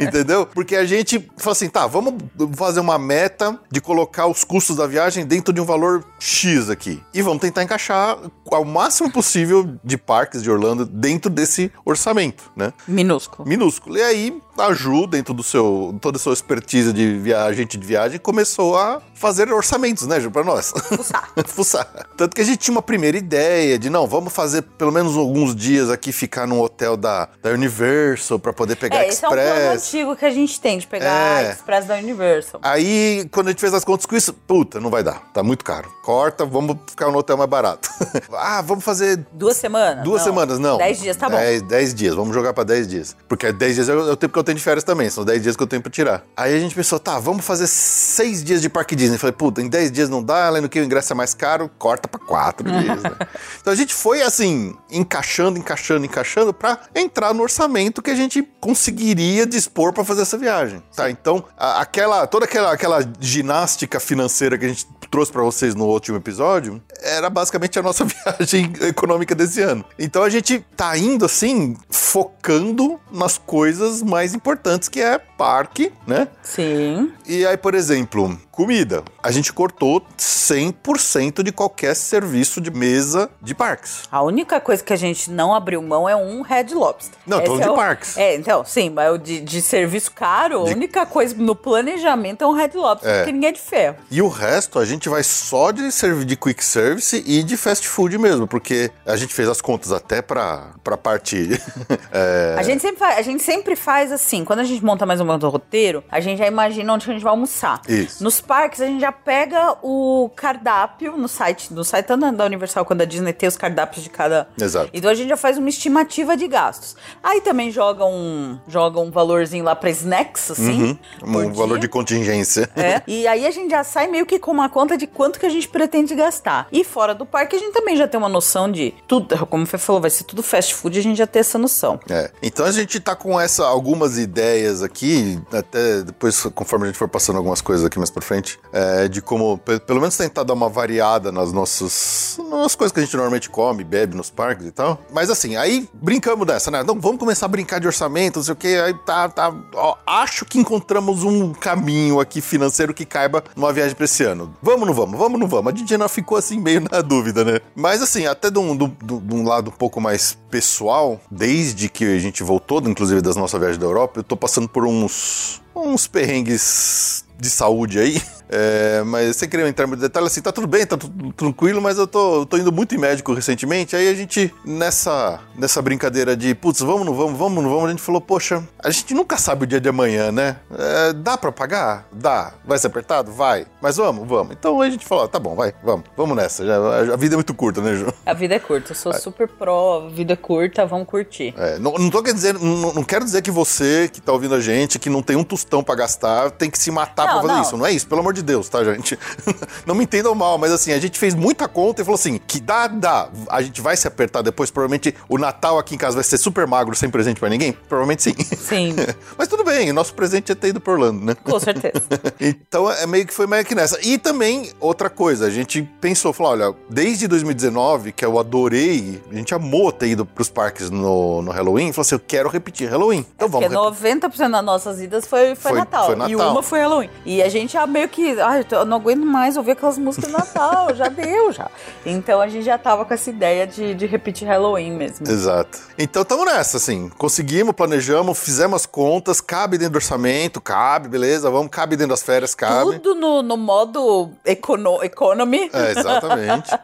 S1: Entendeu? Porque a gente fala assim, tá, vamos fazer uma meta de colocar os custos da viagem dentro de um valor X aqui. E vamos tentar encaixar ao máximo possível de parques de Orlando dentro desse orçamento, né?
S2: Minúsculo.
S1: minúsculo. E aí, a Ju, dentro do seu, toda a sua expertise de via- agente de viagem, começou a fazer orçamentos, né, Ju, pra nós.
S2: Fuçar.
S1: Fuçar. Tanto que a gente tinha uma primeira ideia de, não, vamos fazer pelo menos alguns dias aqui, ficar num hotel da, da Universal pra poder pegar
S2: É, esse é um plano
S1: Express.
S2: antigo que a gente tem de pegar
S1: É. Ah,
S2: a Express da Universal.
S1: Aí, quando a gente fez as contas com isso, puta, não vai dar, tá muito caro. Corta, vamos ficar no hotel mais barato. ah, vamos fazer
S2: Duas semanas?
S1: Duas
S2: Não.
S1: semanas, não. É.
S2: Dez dias, tá bom.
S1: Dez, dez dias, vamos jogar pra dez dias. Porque dez dias é o é o tempo que eu tenho de férias também, são dez dias que eu tenho pra tirar. Aí a gente pensou, tá, vamos fazer seis dias de Parque Disney. Falei, puta, em dez dias não dá, além do que o ingresso é mais caro, corta pra quatro dias, né? Então a gente foi, assim, encaixando, encaixando, encaixando pra entrar no orçamento que a gente conseguiria dispor pra fazer essa viagem. Tá, então, a- aquela, toda aquela, aquela ginástica financeira que a gente trouxe pra vocês no último episódio, era basicamente a nossa viagem econômica desse ano. Então a gente tá indo assim, focando nas coisas mais importantes, que é parque, né?
S2: Sim.
S1: E aí, por exemplo, comida. A gente cortou 100% de qualquer serviço de mesa de parques.
S2: A única coisa que a gente não abriu mão é um Red Lobster.
S1: Não, tô
S2: Esse
S1: falando de
S2: é o-
S1: parques.
S2: É, então, sim, mas o de, de serviço caro,
S1: De-
S2: a única coisa no planejamento é um Red Lobster,
S1: É.
S2: porque ninguém é de ferro.
S1: E o resto a gente vai só de servir de quick service e de fast food mesmo, porque a gente fez as contas até pra, pra parte. é,
S2: A, gente sempre faz, a gente sempre faz assim, quando a gente monta mais ou menos o roteiro, a gente já imagina onde que a gente vai almoçar.
S1: Isso.
S2: Nos parques, a gente já pega o cardápio no site, no site tanto da Universal quanto da Disney, tem os cardápios de cada...
S1: Exato.
S2: Então a gente já faz uma estimativa de gastos. Aí também joga um, joga um valorzinho lá pra snacks, assim. por
S1: um valor
S2: dia.
S1: de contingência.
S2: É. E aí a gente já sai meio que com uma conta de quanto que a gente pretende gastar. E fora do parque, a gente também já tem uma noção de tudo. Como o Fê falou, vai ser tudo fast food, a gente já tem essa noção.
S1: É. Então a gente tá com essa algumas ideias aqui, até depois, conforme a gente for passando algumas coisas aqui mais pra frente, é, de como, pe- pelo menos tentar dar uma variada nas nossas, nas coisas que a gente normalmente come, bebe nos parques e tal. Mas assim, aí brincamos dessa, né? Então vamos começar a brincar de orçamento, não sei o quê, aí tá, tá, ó, acho que encontramos um caminho aqui financeiro que caiba numa viagem pra esse ano. Vamos ou não vamos? Vamos ou não vamos? A gente ainda ficou assim meio na dúvida, né? Mas assim, até de um, do- do- de um lado um pouco mais pessoal, desde que a gente voltou, inclusive das nossas viagens da Europa, eu tô passando por uns, uns perrengues de saúde aí. É, mas sem querer entrar muito em detalhe, assim, tá tudo bem, tá tudo tranquilo, mas eu tô, eu tô indo muito em médico recentemente. Aí a gente, nessa, nessa brincadeira de, putz, vamos, não vamos, vamos, não vamos, a gente falou, poxa, a gente nunca sabe o dia de amanhã, né? É, dá pra pagar? Dá. Vai ser apertado? Vai. Mas vamos, vamos. Então a gente falou, "Ah, tá bom, vai, vamos, vamos nessa. Já- a- a vida é muito curta, né, Ju?
S2: A vida é curta, eu sou super pró, a vida é curta, vamos curtir.
S1: É, não, não tô quer dizer, não, não quero dizer que você que tá ouvindo a gente, que não tem um tostão pra gastar, tem que se matar pra
S2: Não,
S1: fazer
S2: não.
S1: isso. Não é isso, pelo amor de Deus, tá, gente? não me entendam mal, mas assim, a gente fez muita conta e falou assim: que dá, dá. A gente vai se apertar depois. Provavelmente o Natal aqui em casa vai ser super magro, sem presente pra ninguém? Provavelmente sim.
S2: Sim,
S1: mas tudo bem, nosso presente é ter ido pro Orlando, né?
S2: com certeza.
S1: Então é meio que foi meio que nessa. E também, outra coisa, a gente pensou, falou: olha, desde 2019, que eu adorei, a gente amou ter ido pros parques no, no Halloween, falou assim: eu quero repetir Halloween. Então
S2: Porque
S1: vamos repetir.
S2: 90% das nossas idas foi, foi,
S1: Foi-
S2: Natal.
S1: foi
S2: E
S1: Natal.
S2: uma foi Halloween. E a gente já meio que. Ai, eu tô- eu não aguento mais ouvir aquelas músicas de Natal. já deu, já. Então a gente já tava com essa ideia de, de repetir Halloween mesmo.
S1: Exato. Então estamos nessa, assim. Conseguimos, planejamos, fizemos as contas, cabe dentro do orçamento, cabe, beleza, vamos, cabe dentro das férias, cabe.
S2: Tudo no, no modo econo, economy.
S1: É, exatamente.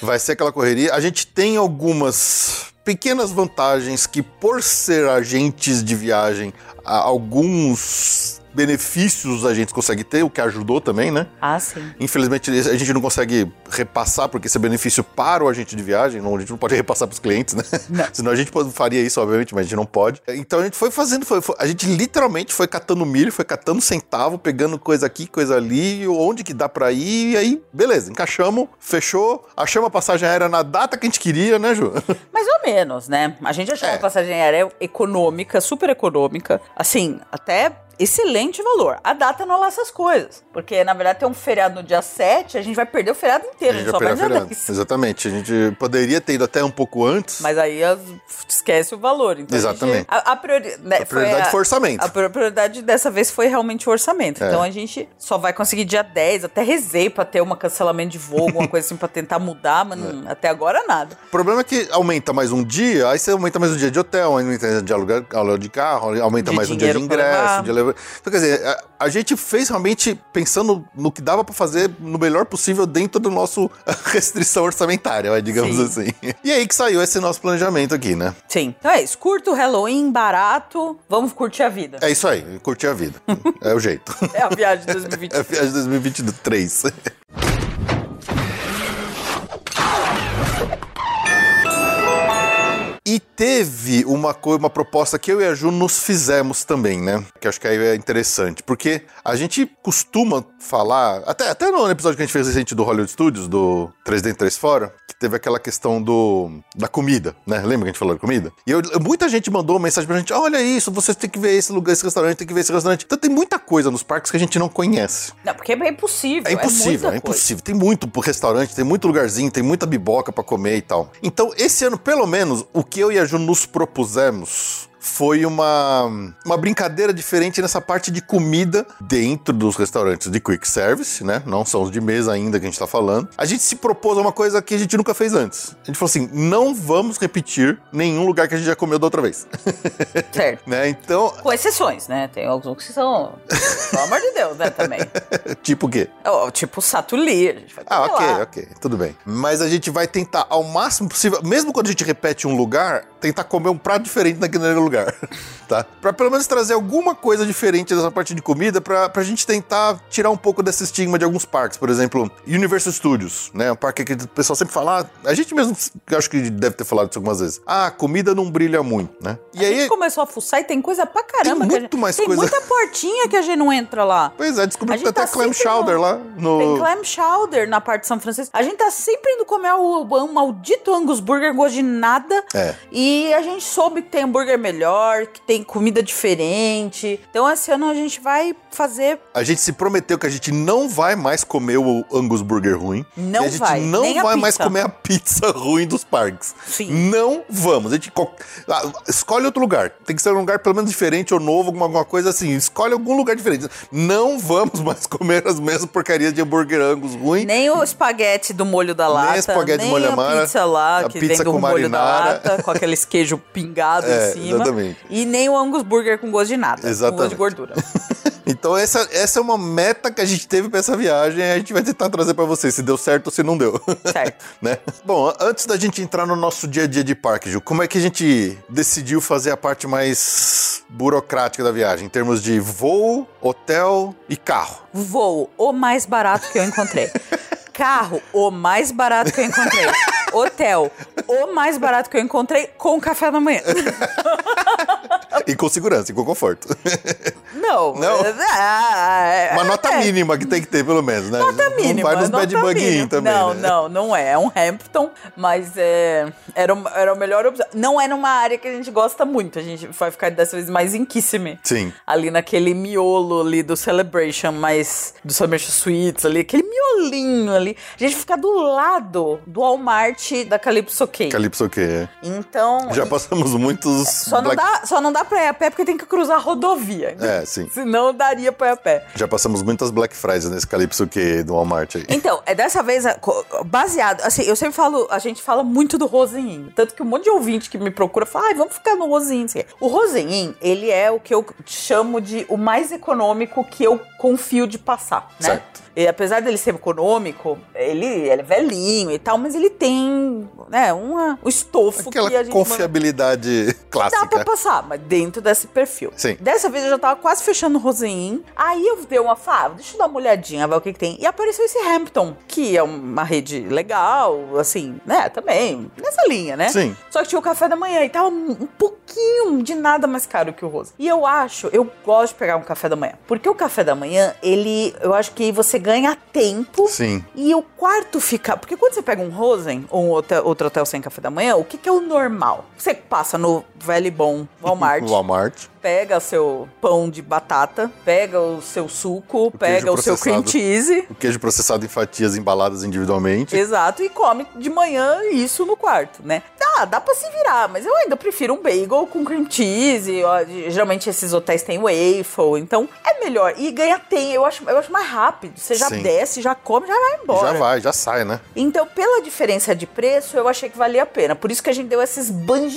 S1: Vai ser aquela correria. A gente tem algumas pequenas vantagens que, por ser agentes de viagem, a- alguns benefícios os agentes conseguem ter, o que ajudou também, né?
S2: Ah, sim.
S1: Infelizmente, a gente não consegue repassar, porque esse é benefício para o agente de viagem, não, a gente não pode repassar para os clientes, né? Senão a gente pode- faria isso, obviamente, mas a gente não pode. Então a gente foi fazendo, foi- foi- a gente literalmente foi catando milho, foi catando centavo, pegando coisa aqui, coisa ali, onde que dá para ir, e aí, beleza, encaixamos, fechou, achamos a passagem aérea na data que a gente queria, né, Ju?
S2: Mais ou menos, né? A gente achou
S1: É.
S2: uma passagem aérea econômica, super econômica. Assim, até excelente valor. A data não lá essas coisas. Porque, na verdade, tem um feriado no dia 7, a gente vai perder o feriado inteiro. A gente,
S1: vai
S2: só vai
S1: pegar
S2: no dia
S1: feriado.
S2: 10.
S1: Exatamente, a gente poderia ter ido até um pouco antes.
S2: Mas aí as- esquece o valor. Então a gente-
S1: Exatamente.
S2: A, a priori- né,
S1: A prioridade foi orçamento.
S2: A pri- prioridade dessa vez foi realmente o orçamento.
S1: É.
S2: Então a gente só vai conseguir dia 10. Até rezei pra ter um cancelamento de voo, alguma coisa assim, pra tentar mudar,
S1: É.
S2: mas não- até agora nada.
S1: O problema é que aumenta mais um dia, aí você aumenta mais um dia de hotel, aumenta de aluguel, aluguel de carro, aumenta
S2: De
S1: mais um dia de
S2: dinheiro pra
S1: ingresso.
S2: levar.
S1: De leva- Então, quer dizer, a, a gente fez realmente pensando no que dava pra fazer no melhor possível dentro do nosso restrição orçamentária, vai, digamos
S2: Sim.
S1: assim. E aí que saiu esse nosso planejamento aqui, né?
S2: Sim. Então é isso. Curto o Halloween, barato. Vamos curtir a vida.
S1: É isso aí, curtir a vida. é o jeito.
S2: É a viagem de
S1: É a
S2: 2020.
S1: viagem de 2023. E teve uma coisa, uma proposta que eu e a Ju nos fizemos também, né? Que acho que aí é interessante, porque a gente costuma falar, até, até no episódio que a gente fez recente do Hollywood Studios, do 3 Dentro 3 Fora, que teve aquela questão do da comida, né? Lembra que a gente falou de comida? E eu- muita gente mandou mensagem pra gente: olha isso, vocês têm que ver esse lugar, esse restaurante, tem que ver esse restaurante. Então tem muita coisa nos parques que a gente não conhece.
S2: Não, porque é impossível.
S1: É impossível, é,
S2: muita coisa.
S1: impossível. Tem muito restaurante, tem muito lugarzinho, tem muita biboca pra comer e tal. Então, esse ano, pelo menos, o que eu e a Ju nos propusemos foi uma, uma brincadeira diferente nessa parte de comida dentro dos restaurantes de quick service, né? Não são os de mesa ainda que a gente tá falando. A gente se propôs a uma coisa que a gente nunca fez antes. A gente falou assim: não vamos repetir nenhum lugar que a gente já comeu da outra vez,
S2: Certo.
S1: né? Então,
S2: Com exceções, né? Tem alguns que são. Pelo amor de Deus, né? Também.
S1: tipo o quê?
S2: Ó, tipo o Satuli. A gente vai
S1: Ah,
S2: comer
S1: ok,
S2: lá.
S1: ok, tudo bem. Mas a gente vai tentar, ao máximo possível, mesmo quando a gente repete um lugar, tentar comer um prato diferente naquele lugar, tá? Pra pelo menos trazer alguma coisa diferente dessa parte de comida, pra, pra gente tentar tirar um pouco desse estigma de alguns parques. Por exemplo, Universal Studios, né? Um parque que o pessoal sempre fala, ah, a gente mesmo, eu acho que deve ter falado isso algumas vezes. Ah, a comida não brilha muito, né? E
S2: a
S1: aí...
S2: gente começou a fuçar e tem coisa pra caramba.
S1: Tem
S2: que a
S1: muito
S2: gente-
S1: mais
S2: tem
S1: coisa.
S2: muita portinha que a gente não entra lá.
S1: Pois é,
S2: A
S1: descobrimos que
S2: gente
S1: tem até
S2: tá
S1: clam
S2: sempre
S1: chowder
S2: no-
S1: lá
S2: Tem
S1: no...
S2: clam chowder na parte de São Francisco. A gente tá sempre indo comer o, o um maldito Angus Burger, gosto de nada.
S1: É.
S2: E a gente soube que tem hambúrguer melhor, que tem comida diferente. Então esse ano a gente vai fazer.
S1: A gente se prometeu que a gente não vai mais comer o Angus Burger ruim.
S2: Não
S1: e a gente
S2: vai,
S1: não
S2: nem a
S1: vai mais
S2: pizza.
S1: comer a pizza ruim dos parques.
S2: Sim.
S1: Não vamos. A gente co- ah, escolhe outro lugar. Tem que ser um lugar pelo menos diferente ou novo, alguma, alguma coisa assim. Escolhe algum lugar diferente. Não vamos mais comer as mesmas porcarias de hambúrguer Angus ruim.
S2: Nem o espaguete do molho da lata,
S1: espaguete
S2: nem
S1: molho amara,
S2: a pizza lá,
S1: a
S2: que
S1: pizza
S2: vem do
S1: com
S2: molho da
S1: marinara.
S2: lata, com aqueles queijo pingado
S1: É,
S2: em cima.
S1: exatamente.
S2: E nem o Angus Burger com gosto de nada. Com gosto
S1: Exatamente.
S2: de gordura.
S1: Então essa, essa é uma meta que a gente teve pra essa viagem. A gente vai tentar trazer pra vocês se deu certo ou se não deu.
S2: certo.
S1: né? Bom, a- antes da gente entrar no nosso dia a dia de parque, Ju, como é que a gente decidiu fazer a parte mais burocrática da viagem, em termos de voo, hotel e carro?
S2: Voo, o mais barato que eu encontrei. Carro, o mais barato que eu encontrei. Hotel, o mais barato que eu encontrei com café da manhã.
S1: E com segurança, e com conforto.
S2: Não.
S1: Não?
S2: Ah, é-
S1: Uma nota
S2: é.
S1: mínima que tem que ter, pelo menos, né?
S2: Nota mínima.
S1: Não vai nos
S2: nota
S1: bad buggy
S2: mínima.
S1: também.
S2: Não,
S1: né?
S2: não, não é. É um Hampton, mas é, era, uma- era a melhor opção. Não é numa área que a gente gosta muito. A gente vai ficar dessa vez mais em Kissimmee.
S1: Sim.
S2: Ali naquele miolo ali do Celebration, mas do Celebration Suites ali, aquele miolinho ali. A gente fica do lado do Walmart da Calypso Cake.
S1: Calypso o quê?
S2: Então,
S1: Já passamos muitos.
S2: só, não
S1: Black-
S2: dá, só não dá pra ir a pé porque tem que cruzar a rodovia.
S1: É, sim.
S2: Senão daria pra ir a pé.
S1: Já passamos muitas Black Fridays nesse Calypso que do Walmart aí.
S2: Então, é dessa vez, a- co- baseado. Assim, eu sempre falo, a gente fala muito do Rosenin. Tanto que um monte de ouvinte que me procura fala, ai, vamos ficar no Rosenin. não sei o quê. O Rosenin, ele é o que eu chamo de o mais econômico que eu confio de passar, né?
S1: Certo.
S2: E apesar dele ser econômico, ele, ele é velhinho e tal, mas ele tem, né, uma, um estofo que a
S1: Aquela
S2: gente manda-
S1: confiabilidade
S2: Dá pra
S1: clássica.
S2: passar, mas dentro desse perfil.
S1: Sim.
S2: Dessa vez eu já tava quase fechando o Rosein. Aí eu dei uma fala, deixa eu dar uma olhadinha, ver o que, que tem. E apareceu esse Hampton, que é uma rede legal, assim, né? Também, nessa linha, né?
S1: Sim.
S2: Só que tinha o café da manhã e tava um um pouquinho de nada mais caro que o Rosa. E eu acho, eu gosto de pegar um café da manhã. Porque o café da manhã, ele, eu acho que você ganha tempo
S1: Sim.
S2: e o quarto fica. Porque quando você pega um Rosen ou um hotel- outro hotel sem café da manhã, o que, que é o normal? Você passa no velho e bom Walmart,
S1: Walmart.
S2: pega seu pão de batata, pega o seu suco, pega o seu cream
S1: processado.
S2: cheese.
S1: O queijo processado em fatias embaladas individualmente.
S2: Exato, e come de manhã isso no quarto, né? Tá, dá pra se virar, mas eu ainda prefiro um bagel com cream cheese. ó, geralmente esses hotéis têm waffle, então é melhor. E ganha tem, eu acho, eu acho mais rápido. Você já
S1: Sim.
S2: desce, já come, já vai embora.
S1: Já vai, já sai, né?
S2: Então, pela diferença de preço, eu achei que valia a pena. Por isso que a gente deu essa esbanjadinha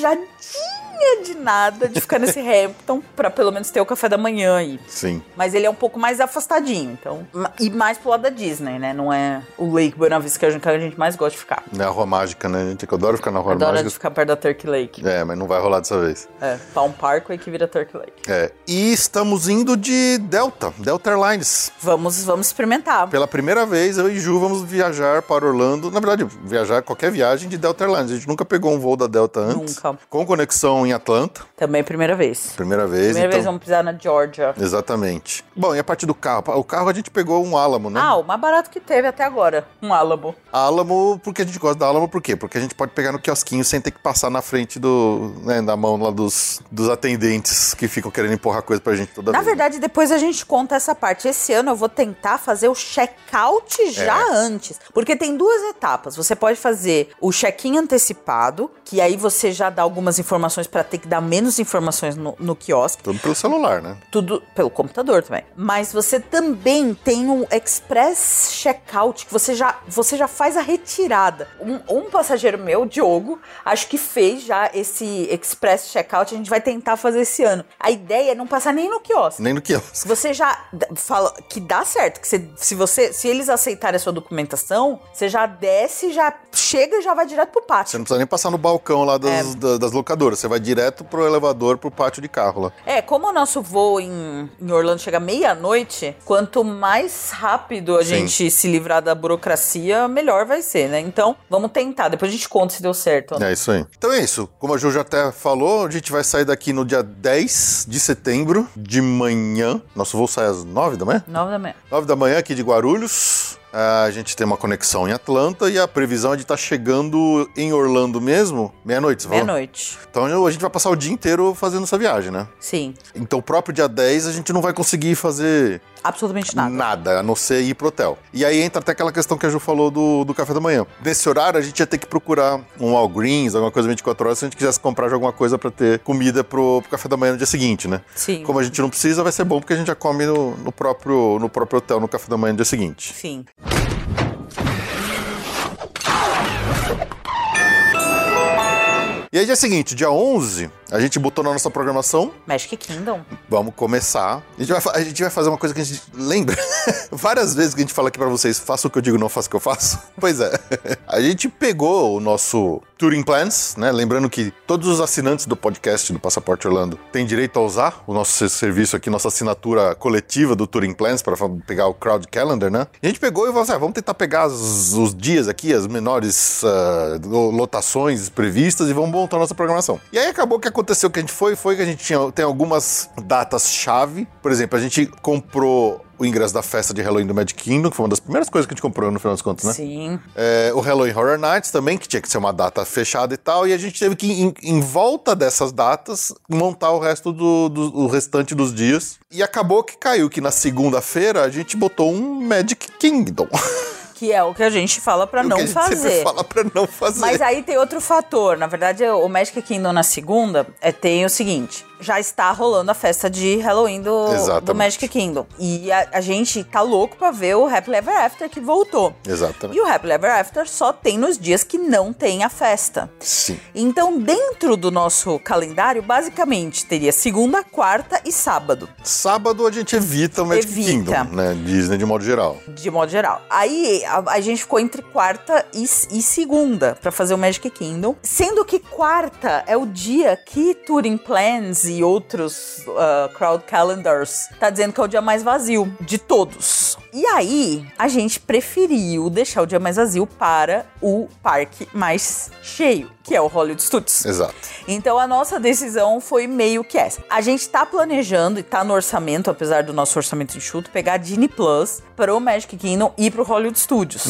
S2: de nada de ficar nesse Hampton pra pelo menos ter o café da manhã aí.
S1: Sim.
S2: Mas ele é um pouco mais afastadinho, então. ma- E mais pro lado da Disney, né? Não é o Lake Buena Vista que a gente, que a gente mais gosta de ficar.
S1: É a rua mágica, né, gente? Que eu adoro ficar na rua
S2: Adoro de
S1: mágica.
S2: ficar perto da Turkey Lake.
S1: É, mas não vai rolar dessa vez.
S2: É, Palm Parkway que vira Turkey Lake.
S1: É. E estamos indo de Delta, Delta Airlines.
S2: Vamos, vamos experimentar.
S1: Pela primeira vez, eu e Ju vamos viajar para Orlando. Na verdade, viajar qualquer viagem de Delta Airlines. A gente nunca pegou um voo da Delta antes.
S2: Nunca.
S1: Com conexão em Atlanta.
S2: Também é a primeira vez.
S1: Primeira vez,
S2: Primeira vez é
S1: então.
S2: vamos pisar na Georgia.
S1: Exatamente. Bom, e a parte do carro? O carro a gente pegou um Alamo, né?
S2: Ah, o mais barato que teve até agora. Um Alamo.
S1: Alamo, porque a gente gosta da Alamo, por quê? Porque a gente pode pegar no quiosquinho sem ter que passar na frente do. né, na mão lá dos, dos atendentes que ficam querendo empurrar coisa pra gente toda
S2: Na
S1: vez. né?
S2: verdade, depois a gente conta essa parte. Esse ano eu vou tentar fazer o check-out já antes. Porque tem duas etapas. Você pode fazer o check-in antecipado, que aí você já dá algumas informações pra ter que dar menos informações no, no quiosque.
S1: Tudo pelo celular, né?
S2: Tudo pelo computador também. Mas você também tem um express check-out que você já, você já faz a retirada. Um, um passageiro meu, o Diogo, acho que fez já esse express check-out. A gente vai tentar fazer esse ano. A ideia é não passar nem no quiosque.
S1: Nem no quiosque.
S2: Se você já d- fala que dá certo, que você- se você, se eles aceitarem a sua documentação, você já desce, já chega e já vai direto pro
S1: Você
S2: pátio.
S1: não precisa nem passar no balcão lá
S2: É.
S1: das, da- das locadoras. Você vai direto pro elevador, pro pátio de carro lá.
S2: É, como o nosso voo em, em Orlando chega meia-noite, quanto mais rápido a
S1: Sim.
S2: gente se livrar da burocracia, melhor vai ser, né? Então, vamos tentar. Depois a gente conta se deu certo. ou não.
S1: É isso aí. Então é isso. Como a Ju já até falou, a gente vai sair daqui no dia 10 de setembro, de manhã. Nosso voo sai às 9 da manhã?
S2: Nove da manhã.
S1: 9 da manhã aqui de Guarulhos. A gente tem uma conexão em Atlanta e a previsão é de estar chegando em Orlando mesmo, meia-noite, você falou?
S2: Meia-noite.
S1: Então a gente vai passar o dia inteiro fazendo essa viagem, né?
S2: Sim.
S1: Então, o próprio dia 10, a gente não vai conseguir fazer
S2: Absolutamente
S1: nada,
S2: nada.
S1: a não ser ir pro hotel. E aí entra até aquela questão que a Ju falou do, do café da manhã. Nesse horário, a gente ia ter que procurar um Walgreens, alguma coisa 24 horas, se a gente quisesse comprar de alguma coisa pra ter comida pro, pro café da manhã no dia seguinte, né?
S2: Sim.
S1: Como a gente não precisa, vai ser bom porque a gente já come no, no próprio, no próprio hotel no café da manhã no dia seguinte.
S2: Sim.
S1: E aí, dia seguinte, dia 11, a gente botou na nossa programação.
S2: Magic Kingdom.
S1: Vamos começar. A gente vai, fa- a gente vai fazer uma coisa que a gente lembra. Várias vezes que a gente fala aqui pra vocês, faça o que eu digo, não faça o que eu faço. Pois é. A gente pegou o nosso Touring Plans, né? Lembrando que todos os assinantes do podcast do Passaporte Orlando têm direito a usar o nosso ser- serviço aqui, nossa assinatura coletiva do Touring Plans para pegar o Crowd Calendar, né? E a gente pegou e falou assim, ah, vamos tentar pegar os, os dias aqui, as menores ah, lo- lotações previstas e vamos montar nossa programação. E aí acabou que aconteceu o que a gente foi, foi que a gente tinha, tem algumas datas-chave. Por exemplo, a gente comprou o ingresso da festa de Halloween do Magic Kingdom, que foi uma das primeiras coisas que a gente comprou no final das contas, né?
S2: Sim.
S1: É, o Halloween Horror Nights também, que tinha que ser uma data fechada e tal, e a gente teve que, em, em volta dessas datas, montar o resto do, do- o restante dos dias. E acabou que caiu, que na segunda-feira a gente botou um Magic Kingdom.
S2: Que é o que a gente fala pra
S1: o
S2: não
S1: que a gente sempre
S2: fazer.
S1: fala pra não fazer.
S2: Mas aí tem outro fator. Na verdade, o Magic Kingdom na segunda é, tem o seguinte: já está rolando a festa de Halloween do,
S1: Exatamente.
S2: do Magic Kingdom. E a, a gente tá louco pra ver o Happy Ever After que voltou.
S1: Exatamente.
S2: E o Happy Ever After só tem nos dias que não tem a festa.
S1: Sim.
S2: Então, dentro do nosso calendário, basicamente teria segunda, quarta e sábado.
S1: Sábado a gente evita o Magic
S2: Evita.
S1: Kingdom, né? Disney de modo geral.
S2: de modo geral. Aí a, a gente ficou entre quarta e, e segunda pra fazer o Magic Kingdom, sendo que quarta é o dia que Touring Plans e outros ah, crowd calendars, tá dizendo que é o dia mais vazio de todos. E aí, a gente preferiu deixar o dia mais vazio para o parque mais cheio, que é o Hollywood Studios.
S1: Exato.
S2: Então a nossa decisão foi meio que essa. A gente tá planejando e tá no orçamento, apesar do nosso orçamento enxuto, pegar a Disney Plus pro Magic Kingdom e pro Hollywood Studios.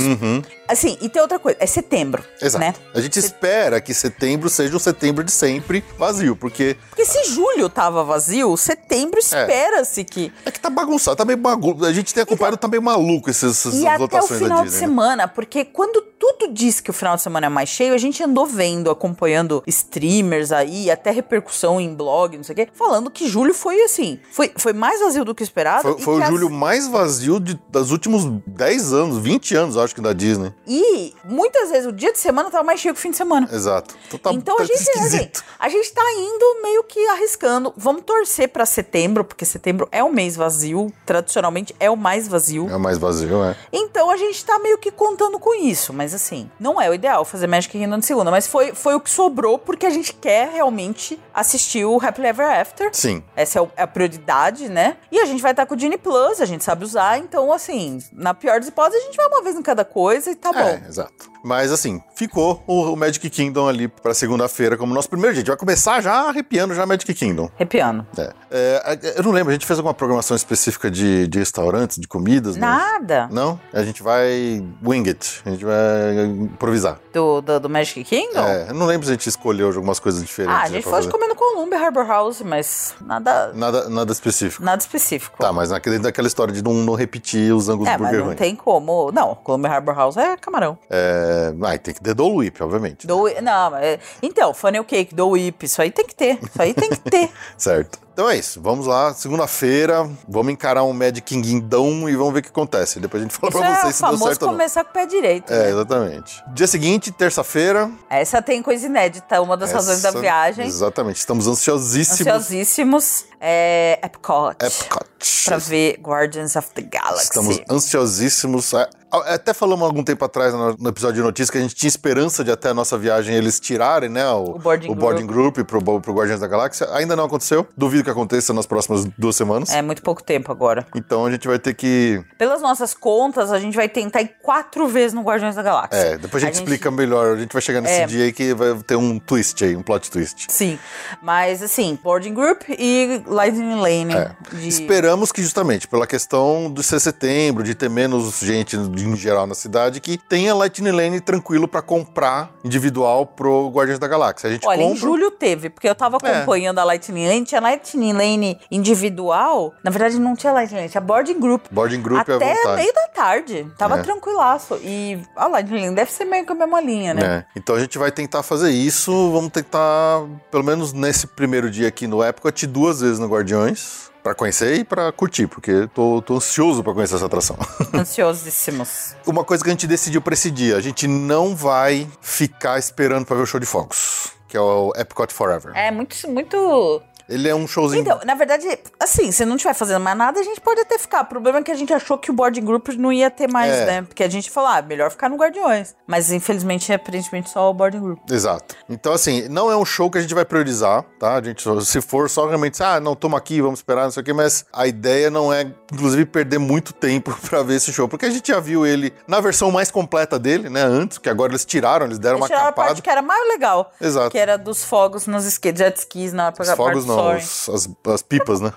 S2: Assim, e tem outra coisa, é setembro,
S1: Uhum. Exato.
S2: né?
S1: A gente espera que setembro seja o setembro de sempre vazio, porque
S2: Porque se julho tava vazio, setembro espera-se que
S1: é que tá bagunçado, tá meio bagunçado. A gente tem acompanhado tá meio maluco essas, essas
S2: E até o
S1: votações
S2: final
S1: da
S2: de
S1: Disney. né?
S2: semana, porque quando tudo diz que o final de semana é mais cheio, a gente andou vendo, acompanhando streamers aí, até repercussão em blog, não sei o quê, falando que julho foi assim, foi, foi mais vazio do que esperado.
S1: Foi,
S2: e
S1: foi
S2: que
S1: o
S2: as-
S1: julho mais vazio de, dos últimos 10 anos, 20 anos, acho que, da Disney.
S2: E muitas vezes o dia de semana tava mais cheio que o fim de semana.
S1: Exato. Então tá,
S2: então
S1: tá
S2: a gente, assim,
S1: esquisito.
S2: a gente tá indo meio que arriscando. Vamos torcer pra setembro, porque setembro é o mês vazio, tradicionalmente é o mais vazio.
S1: É o mais vazio, é.
S2: Então a gente tá meio que contando com isso, mas assim, não é o ideal fazer Magic Kingdom de segunda, mas foi, foi o que sobrou porque a gente quer realmente assistir o Happily Ever After.
S1: Sim.
S2: Essa é o- é a prioridade, né? E a gente vai estar com o Genie Plus, a gente sabe usar, então assim, na pior das hipóteses, a gente vai uma vez em cada coisa e tá
S1: É,
S2: bom.
S1: exato. Mas assim, ficou o, o Magic Kingdom ali pra segunda-feira como nosso primeiro dia. A gente vai começar já arrepiando já Magic Kingdom.
S2: Arrepiando.
S1: É. É, a- eu não lembro, a gente fez alguma programação específica de, de restaurantes, de comidas? né?
S2: Nada
S1: Não? A gente vai wing it. A gente vai improvisar.
S2: do, do, do Magic Kingdom?
S1: É, eu não lembro se a gente escolheu algumas coisas diferentes.
S2: Então. ah, a
S1: né,
S2: gente
S1: pra
S2: pode
S1: fazer.
S2: comer no Columbia Harbor House, mas nada,
S1: Nada, nada específico.
S2: nada específico.
S1: Tá, mas naquele, daquela história de não, não repetir os ângulos
S2: é,
S1: do
S2: mas
S1: Burger
S2: não
S1: Ruim.
S2: tem como. Não, Columbia Harbor House é camarão.
S1: É, ah, e tem que dedolo whip, obviamente.
S2: Do, não, é- então, funnel cake, do whip, isso aí tem que ter. Isso aí tem que ter.
S1: Certo. Então é isso. Vamos lá, segunda-feira, vamos encarar um Magic Kingdom e vamos ver o que acontece. Depois a gente fala
S2: isso
S1: pra
S2: é o
S1: vocês se deu
S2: famoso
S1: certo ou não.
S2: começar com o pé direito. né?
S1: É, exatamente. Dia seguinte, terça-feira.
S2: Essa tem coisa inédita, uma das razões da
S1: É. essa-
S2: viagem.
S1: Exatamente. Estamos ansiosíssimos.
S2: Ansiosíssimos. É, Epcot.
S1: Epcot.
S2: Pra ver Guardians of the Galaxy.
S1: Estamos ansiosíssimos. A- a- Até falamos algum tempo atrás no no episódio de notícias que a gente tinha esperança de até a nossa viagem eles tirarem, né? O,
S2: O boarding
S1: group, pro, bo- pro Guardiões da Galáxia. Ainda não aconteceu. Duvido que aconteça nas próximas duas semanas.
S2: É muito pouco tempo agora.
S1: Então a gente vai ter que.
S2: Pelas nossas contas, a gente vai tentar ir quatro vezes no Guardiões da Galáxia.
S1: É, depois a gente explica melhor. A gente vai chegar nesse
S2: É.
S1: dia aí que vai ter um twist aí, um plot twist.
S2: Sim, mas assim, Boarding Group e Lightning Lane.
S1: É.
S2: de-
S1: Esperamos que justamente pela questão de ser setembro, de ter menos gente em geral na cidade, que tenha Lightning Lane tranquilo pra comprar individual pro Guardiões da Galáxia. A gente
S2: Olha, em
S1: compra.
S2: julho teve, porque eu tava
S1: É.
S2: acompanhando a Lightning Lane, tinha Lightning Lane individual. Na verdade, não tinha Lightning Lane, tinha boarding group.
S1: Boarding group é à
S2: Até
S1: vontade.
S2: meio da tarde. Tava
S1: É.
S2: tranquilaço. E a Lightning Lane deve ser meio que a mesma linha, né?
S1: É. Então a gente vai tentar fazer isso. Vamos tentar, pelo menos nesse primeiro dia aqui no Epcot, duas vezes no Guardiões. Pra conhecer e pra curtir, porque tô, tô ansioso pra conhecer essa atração.
S2: Ansiosíssimos.
S1: Uma coisa que a gente decidiu pra esse dia: a gente não vai ficar esperando pra ver o show de fogos, que é o Epcot Forever.
S2: É muito, muito.
S1: Ele é um showzinho.
S2: Então, na verdade, assim, se não tiver fazendo mais nada, a gente pode até ficar. O problema é que a gente achou que o boarding group não ia ter mais,
S1: É.
S2: né? Porque a gente falou, ah, melhor ficar no Guardiões. Mas infelizmente, é aparentemente só o boarding group.
S1: Exato. Então, assim, não é um show que a gente vai priorizar, tá? A gente, só- se for só realmente, ah, não, toma aqui, vamos esperar, não sei o quê, mas a ideia não é, inclusive, perder muito tempo pra ver esse show, porque a gente já viu ele na versão mais completa dele, né? Antes, que agora eles tiraram, eles deram
S2: Eles
S1: uma
S2: tiraram a
S1: capada.
S2: parte que era mais legal.
S1: Exato.
S2: Que era dos fogos nos ski- jet skis na
S1: Os
S2: parte
S1: fogos
S2: do
S1: não,
S2: soaring.
S1: os- as, as pipas, né?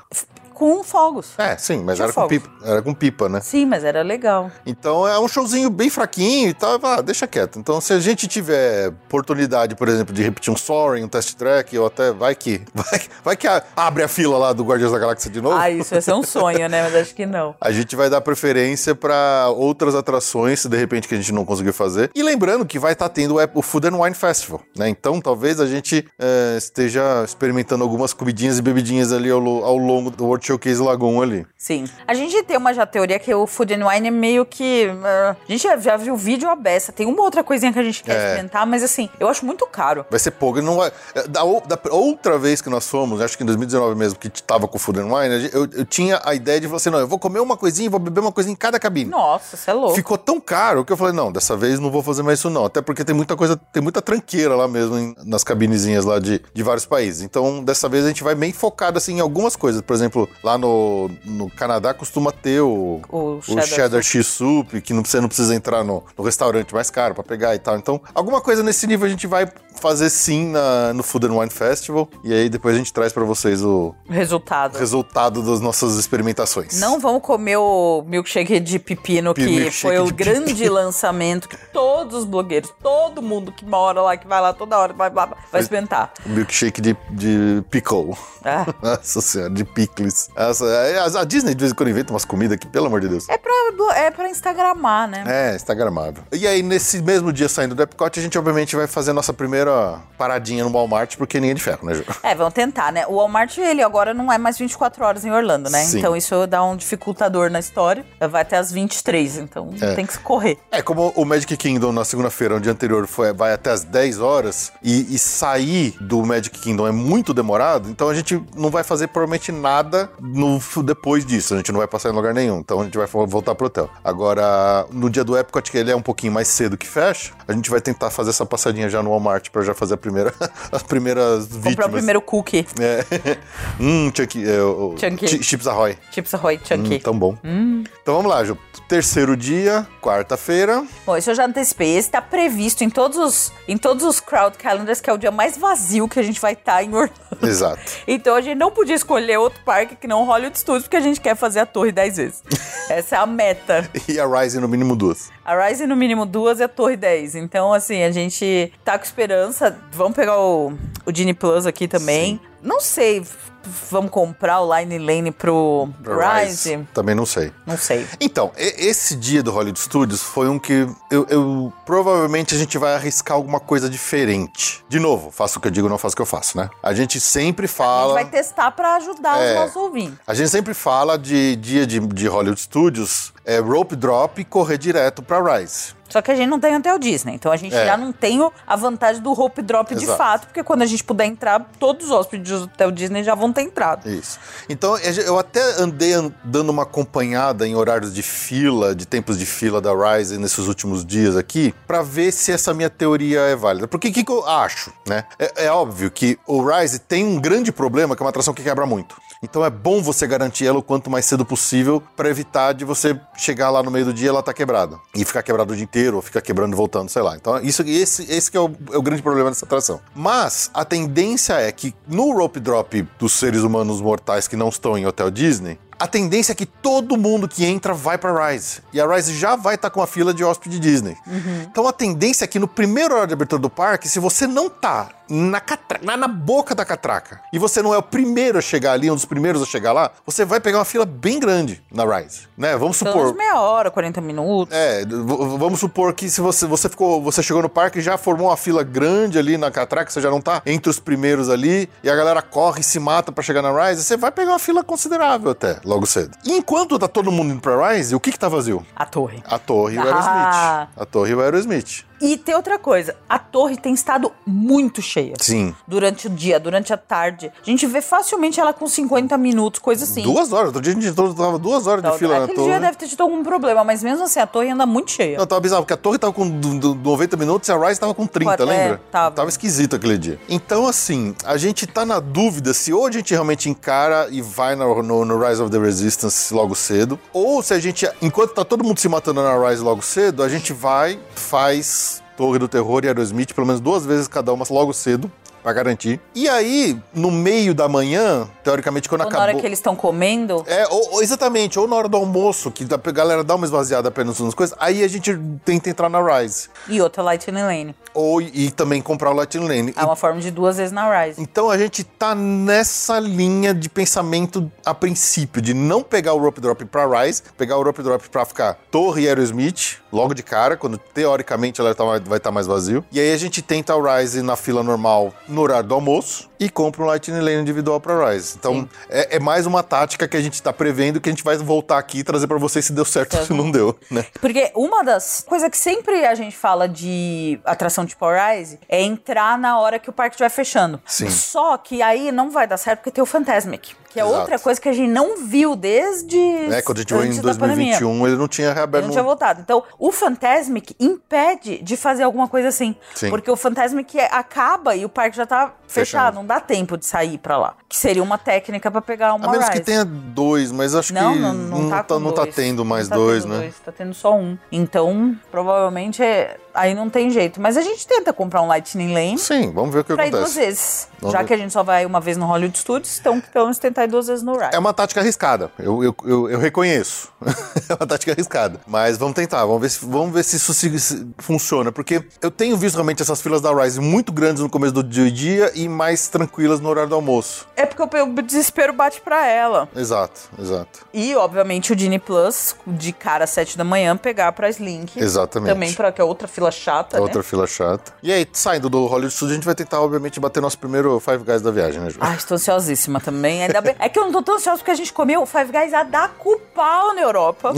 S2: Com fogos.
S1: É, sim, mas
S2: Tinha
S1: era com,
S2: fogos.
S1: pipa, era com pipa, né?
S2: Sim, mas era legal.
S1: Então é um showzinho bem fraquinho e tal, ah, deixa quieto. Então se a gente tiver oportunidade, por exemplo, de repetir um Soaring, um Test Track, ou até vai que, vai, que- vai que a- abre a fila lá do Guardiões da Galáxia de novo,
S2: Ah, isso ia ser um sonho, né? Mas acho que não.
S1: a gente vai dar preferência pra outras atrações, se de repente que a gente não conseguiu fazer. E lembrando que vai estar tendo o Ep- o Food and Wine Festival, né? Então talvez a gente eh, esteja experimentando algumas comidinhas e bebidinhas ali ao, lo- ao longo do World Showcase Lagoon ali.
S2: Sim. A gente tem uma já teoria que o Food and Wine é meio que. ah, a gente já, já viu vídeo à beça. Tem uma outra coisinha que a gente quer
S1: É.
S2: experimentar, mas assim, eu acho muito caro.
S1: Vai ser pouco. Não vai... da, ou- da outra vez que nós fomos, acho que em 2019 mesmo, que tava com o Food and Wine, eu, eu tinha a ideia de falar assim, não, eu vou comer uma coisinha e vou beber uma coisinha em cada cabine.
S2: Nossa, você é louco.
S1: Ficou tão caro que eu falei, não, dessa vez não vou fazer mais isso não. Até porque tem muita coisa, tem muita tranqueira lá mesmo, em- nas cabinezinhas lá de, de vários países. Então, dessa vez a gente vai bem focado, assim, em algumas coisas. Por exemplo, lá no, no Canadá costuma ter o...
S2: O
S1: O
S2: cheddar.
S1: cheddar cheese soup, que não, você não precisa entrar no, no restaurante mais caro pra pegar e tal. Então, alguma coisa nesse nível a gente vai fazer sim na- no Food and Wine Festival. E aí depois a gente traz pra vocês o
S2: Resultado.
S1: resultado das nossas experimentações.
S2: Não vamos comer o milkshake de pepino,
S1: Pi-
S2: que
S1: milkshake
S2: foi o
S1: de
S2: grande
S1: pepino.
S2: lançamento que todos os blogueiros, todo mundo que mora lá, que vai lá toda hora, vai, vai, vai experimentar.
S1: Milkshake de, de pickle.
S2: Ah.
S1: Nossa senhora, de picles. Essa- é, a, a Disney de vez em quando inventa umas comidas aqui, pelo amor de Deus.
S2: É pra, é pra Instagramar, né?
S1: É, instagramável. E aí, nesse mesmo dia saindo do Epcot, a gente obviamente vai fazer a nossa primeira paradinha no Walmart, porque ninguém é de ferro, né, Ju?
S2: É, vamos tentar, né? O Walmart, ele agora não é mais 24 horas em Orlando, né?
S1: Sim.
S2: Então isso dá um dificultador na história. Vai até as 23, então
S1: É.
S2: tem que correr.
S1: É, como o Magic Kingdom na segunda-feira, onde anterior foi, vai até as 10 horas, e, e sair do Magic Kingdom é muito demorado, então a gente não vai fazer provavelmente nada no, depois disso. A gente não vai passar em lugar nenhum, então a gente vai fo- voltar pro hotel. Agora, no dia do Epcot, que ele é um pouquinho mais cedo que fecha, a gente vai tentar fazer essa passadinha já no Walmart pra já fazer a primeira, as primeiras vítimas.
S2: Comprar o primeiro cookie.
S1: É. hum, Chunky. É, o-
S2: Chunky.
S1: Chi- Chips Ahoy.
S2: Chips Ahoy Chunky.
S1: Hum, tão bom. Então vamos lá, Ju. Terceiro dia, quarta-feira.
S2: Bom, isso eu já antecipei. Esse tá previsto em todos os, em todos os crowd calendars, que é o dia mais vazio que a gente vai estar em Orlando.
S1: Exato.
S2: Então a gente não podia escolher outro parque que não Hollywood Studios, porque a gente quer fazer a torre 10 vezes. Essa é a meta.
S1: E a Rise no mínimo duas.
S2: A Rise, no mínimo, duas e a torre 10. Então, assim, a gente tá com esperança. Vamos pegar o, o Genie Plus aqui também. Não sei, v- vamos comprar o Line Lane pro Rise?
S1: Também não sei.
S2: Não sei.
S1: Então, e- esse dia do Hollywood Studios foi um que eu, eu- provavelmente a gente vai arriscar alguma coisa diferente. De novo, faço o que eu digo, não faço o que eu faço, né? A gente sempre
S2: A gente
S1: fala.
S2: vai testar pra ajudar
S1: É.
S2: os nossos ouvintes.
S1: A gente sempre fala de dia de, de Hollywood Studios, é rope drop e correr direto pra Rise.
S2: Só que a gente não tem hotel Disney, então a gente
S1: É.
S2: já não tem o- a vantagem do rope drop de
S1: Exato.
S2: fato, porque quando a gente puder entrar, todos os hóspedes do hotel Disney já vão ter entrado.
S1: Isso. Então, eu já- eu até andei an- dando uma acompanhada em horários de fila, de tempos de fila da Rise nesses últimos dias aqui, pra ver se essa minha teoria é válida. Porque o que, que eu acho, né? É, é óbvio que o Rise tem um grande problema, que é uma atração que quebra muito. Então é bom você garantir ela o quanto mais cedo possível pra evitar de você chegar lá no meio do dia e ela tá quebrada. E ficar quebrada o dia inteiro, ou ficar quebrando e voltando, sei lá. Então isso, esse, esse que é o, é o grande problema dessa atração. Mas a tendência é que no rope drop dos seres humanos mortais que não estão em Hotel Disney, a tendência é que todo mundo que entra vai pra Rise. E a Rise já vai estar com a fila de hóspede Disney. Então a tendência é que no primeiro horário de abertura do parque, se você não tá na, catra- na, na boca da catraca e você não é o primeiro a chegar ali, um dos primeiros a chegar lá, você vai pegar uma fila bem grande na Rise. Né? Vamos
S2: Pelo menos
S1: supor.
S2: Então, meia hora, 40 minutos.
S1: É, v- v- vamos supor que se você, você ficou, você chegou no parque e já formou uma fila grande ali na catraca, você já não tá entre os primeiros ali, e a galera corre e se mata pra chegar na Rise, você vai pegar uma fila considerável até, logo cedo. E enquanto tá todo mundo indo pra Rise, o que que tá vazio?
S2: A torre.
S1: A torre e o
S2: Ah.
S1: Aerosmith. A torre e o Aerosmith.
S2: E tem outra coisa, a torre tem estado muito cheia.
S1: Sim.
S2: Durante o dia, durante a tarde. A gente vê facilmente ela com 50 minutos, coisa assim.
S1: Duas horas, outro dia a gente tava duas horas
S2: Então,
S1: de fila na
S2: Aquele
S1: torre.
S2: dia deve ter tido algum problema, mas mesmo assim a torre anda muito cheia.
S1: Não, tava bizarro, porque a torre tava com du- du- 90 minutos e a Rise tava com 30,
S2: Quatro-
S1: lembra?
S2: é, tava.
S1: esquisito aquele dia. Então, assim, a gente tá na dúvida se ou a gente realmente encara e vai no, no- no Rise of the Resistance logo cedo, ou se a gente, enquanto tá todo mundo se matando na Rise logo cedo, a gente vai, faz Torre do Terror e Aerosmith pelo menos duas vezes cada uma logo cedo. Pra garantir. E aí, no meio da manhã, teoricamente, quando
S2: Ou na
S1: acabou.
S2: hora que eles estão comendo,
S1: É, ou, ou exatamente, ou na hora do almoço, que a galera dá uma esvaziada apenas nas coisas, aí a gente tenta entrar na Rise.
S2: e outra Lightning Lane.
S1: Ou e também comprar o Lightning Lane.
S2: É uma forma de duas vezes na Rise.
S1: Então a gente tá nessa linha de pensamento a princípio, de não pegar o rope drop pra Rise, pegar o rope drop pra ficar Torre e Aerosmith, logo de cara, quando teoricamente ela tá mais- vai estar mais vazio. E aí a gente tenta o Rise na fila normal no horário do almoço e compra um Lightning Lane individual pra Rise. Então é, é mais uma tática que a gente tá prevendo que a gente vai voltar aqui e trazer pra vocês se deu certo ou se não deu, né?
S2: Porque uma das coisas que sempre a gente fala de atração tipo Rise é entrar na hora que o parque estiver fechando.
S1: Sim.
S2: Só que aí não vai dar certo porque tem o Fantasmic, que é
S1: Exato.
S2: outra coisa que a gente não viu desde.
S1: É, quando a gente foi em
S2: antes da pandemia.
S1: 2021, ele não tinha
S2: Eu
S1: reaberto.
S2: não tinha voltado. Então, o Fantasmic impede de fazer alguma coisa assim.
S1: Sim.
S2: Porque o Fantasmic é- acaba e o parque já tá fechado.
S1: Fechado.
S2: Não dá tempo de sair pra lá. Que seria uma técnica pra pegar uma
S1: A menos que
S2: Rise.
S1: tenha dois, mas acho
S2: Não,
S1: que
S2: não, não, tá, com
S1: não tá
S2: dois.
S1: tendo mais
S2: Não tá
S1: dois,
S2: tendo
S1: né?
S2: Tá tendo só um. Então, provavelmente, é- aí não tem jeito. Mas a gente tenta comprar um Lightning Lane
S1: Sim, vamos ver o que
S2: pra ir duas
S1: acontece.
S2: vezes.
S1: Vamos
S2: Já
S1: ver.
S2: que a gente só vai uma vez no Hollywood Studios, então pelo menos tentar ir duas vezes no Ride.
S1: É uma tática arriscada, eu, eu, eu, eu reconheço. é uma tática arriscada. Mas vamos tentar, vamos ver se, vamos ver se isso se- se funciona. Porque eu tenho visto realmente essas filas da Rise muito grandes no começo do dia e mais tranquilas no horário do almoço.
S2: É porque o o desespero bate pra ela.
S1: Exato, exato.
S2: E, obviamente, o Disney Plus, de cara às 7 da manhã, pegar pra Slink.
S1: Exatamente.
S2: Também, pra, que é outra fila chata,
S1: É
S2: né?
S1: outra fila chata. E aí, saindo do Hollywood Studios, a gente vai tentar, obviamente, bater nosso primeiro Five Guys da viagem, né, Ju?
S2: Ai, estou ansiosíssima também. Ainda bem- É que eu não tô tão ansiosa porque a gente comeu Five Guys a dar com pau na Europa.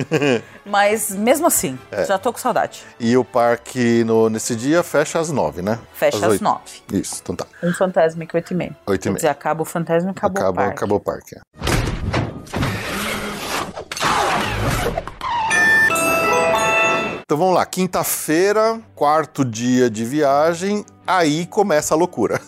S2: Mas mesmo assim,
S1: É.
S2: já tô com saudade.
S1: E o parque no- nesse dia fecha às nove, né?
S2: Fecha às
S1: oito.
S2: nove.
S1: Isso, então tá.
S2: Um fantasma que 8 e meia.
S1: Oito e
S2: Quer
S1: meia.
S2: dizer, acaba o fantasma e acabou o
S1: Acabou,
S2: parque.
S1: acabou o parque. é. Então vamos lá, quinta-feira, quarto dia de viagem, aí começa a loucura.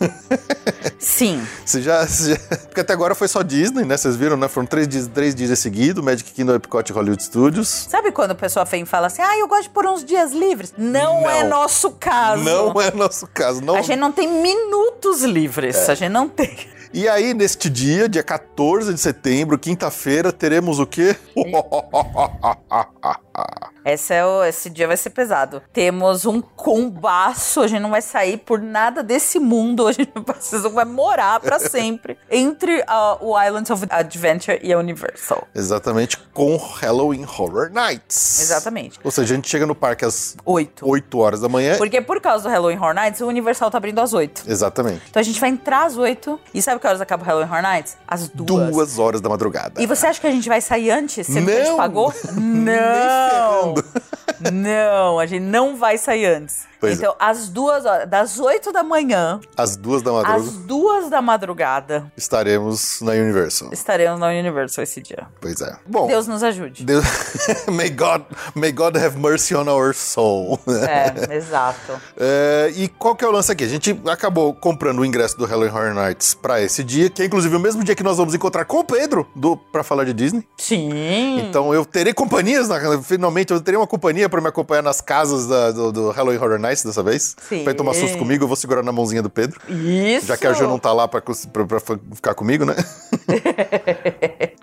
S2: Sim.
S1: Você já, você já- Porque até agora foi só Disney, né? Vocês viram, né? Foram três dias, três dias seguidos, Magic Kingdom, Epcot e Hollywood Studios.
S2: Sabe quando a pessoa vem e fala assim, ah, eu gosto de por uns dias livres? Não,
S1: Não.
S2: é nosso caso.
S1: Não é nosso caso, não
S2: A gente não tem minutos
S1: É.
S2: livres. A gente não tem.
S1: E aí, neste dia, dia 14 de setembro, quinta-feira, teremos o quê?
S2: Esse, é o- esse dia vai ser pesado. Temos um combaço, a gente não vai sair por nada desse mundo, a gente precisa, vai morar pra sempre entre ah, o Islands of Adventure e a Universal.
S1: Exatamente, com Halloween Horror Nights.
S2: Exatamente.
S1: Ou seja, a gente chega no parque às
S2: Oito.
S1: 8 horas da manhã.
S2: Porque por causa do Halloween Horror Nights, o Universal tá abrindo às oito.
S1: Exatamente.
S2: Então a gente vai entrar às oito. E sabe que horas acaba o Halloween Horror Nights? Às duas.
S1: Duas, horas da madrugada.
S2: E você acha que a gente vai sair antes, sendo que a gente
S1: Não.
S2: pagou? Não! não, a gente não vai sair antes.
S1: Pois é.
S2: então, às duas horas, das oito da manhã
S1: Às duas da madrugada,
S2: Às duas da madrugada
S1: estaremos na Universal.
S2: estaremos na Universal esse dia.
S1: Pois é. Bom,
S2: Deus nos ajude.
S1: Deus- may, God, may God have mercy on our soul.
S2: É, exato.
S1: É, e qual que é o lance aqui? A gente acabou comprando o ingresso do Halloween Horror Nights pra esse dia, que é inclusive o mesmo dia que nós vamos encontrar com o Pedro do para falar de Disney.
S2: Sim.
S1: Então eu terei companhias, na- finalmente eu terei uma companhia pra me acompanhar nas casas da- do, do Halloween Horror Nights dessa vez.
S2: Sim.
S1: Pra ele tomar susto comigo, eu vou segurar na mãozinha do Pedro.
S2: Isso.
S1: Então, Já que a Jo não tá lá pra, cons- pra- pra f- ficar comigo, né?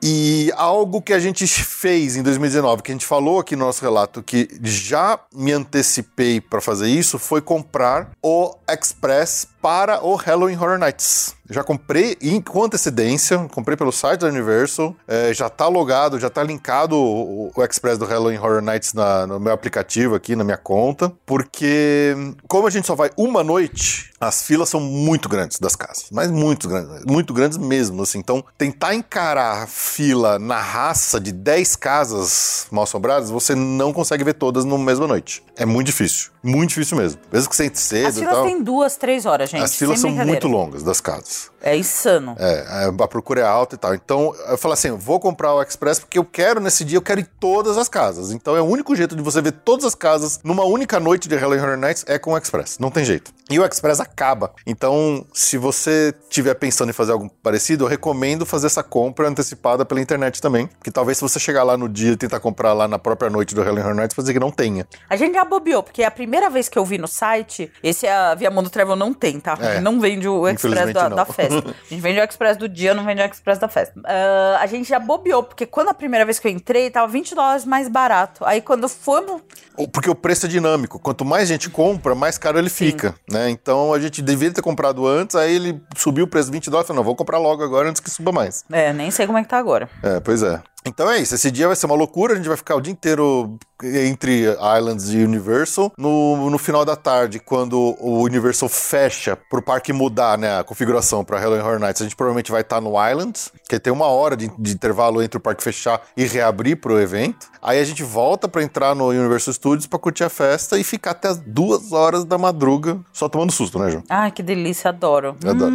S1: e algo que a gente fez em 2019, que a gente falou aqui no nosso relato, que já me antecipei pra fazer isso, foi comprar o Express para o Halloween Horror Nights. Já comprei em- com antecedência, comprei pelo site da Universal, eh, já tá logado, já tá linkado o, o Express do Halloween Horror Nights na- no meu aplicativo aqui, na minha conta, porque como a gente só vai uma noite, as filas são muito grandes das casas, mas muito grandes, muito grandes mesmo, assim. Então, tentar encarar fila na raça de 10 casas mal assombradas, você não consegue ver todas na mesma noite. É muito difícil, muito difícil mesmo. Mesmo que você entre cedo
S2: As
S1: e
S2: filas
S1: tal.
S2: têm duas, três horas, gente.
S1: As filas
S2: sem
S1: são
S2: brincadeira.
S1: muito longas das casas.
S2: É insano.
S1: É, a- a procura é alta e tal. Então, eu falo assim, eu vou comprar o Express porque eu quero, nesse dia, eu quero ir em todas as casas. Então, é o único jeito de você ver todas as casas numa única noite de Halloween Horror Nights é com o Express. Não tem jeito. E o Express acaba. Então, se você tiver pensando em fazer algo parecido, eu recomendo fazer essa compra antecipada pela internet também. Que talvez se você chegar lá no dia e tentar comprar lá na própria noite do Halloween Horror Nights, pode ser que não tenha.
S2: A gente já bobeou, porque é a primeira vez que eu vi no site, esse é a Via Mundo Travel não tem, tá?
S1: É.
S2: Não vende o Express
S1: Infelizmente
S2: da,
S1: não.
S2: da festa. A gente vende o Express do dia, não vende o Express da festa. Ah, a gente já bobeou, porque quando a primeira vez que eu entrei, tava 20 dólares mais barato. Aí quando fomos
S1: O- Porque o preço é dinâmico. Quanto mais gente compra, mais caro ele fica, né? Então a gente deveria ter comprado antes, aí ele subiu o preço 20 dólares, falou, não, vou comprar logo agora antes que suba mais.
S2: É, nem sei como é que tá agora.
S1: É, pois é. Então é isso, esse dia vai ser uma loucura, a gente vai ficar o dia inteiro entre Islands e Universal. No, no final da tarde, quando o Universal fecha pro parque mudar né, a configuração pra Halloween Horror Nights, a gente provavelmente vai estar no Islands, que tem uma hora de, de intervalo entre o parque fechar e reabrir pro evento. Aí a gente volta pra entrar no Universal Studios pra curtir a festa e ficar até as duas horas da madruga só tomando susto, né, João?
S2: Ai, que delícia, adoro. Hum.
S1: Eu adoro.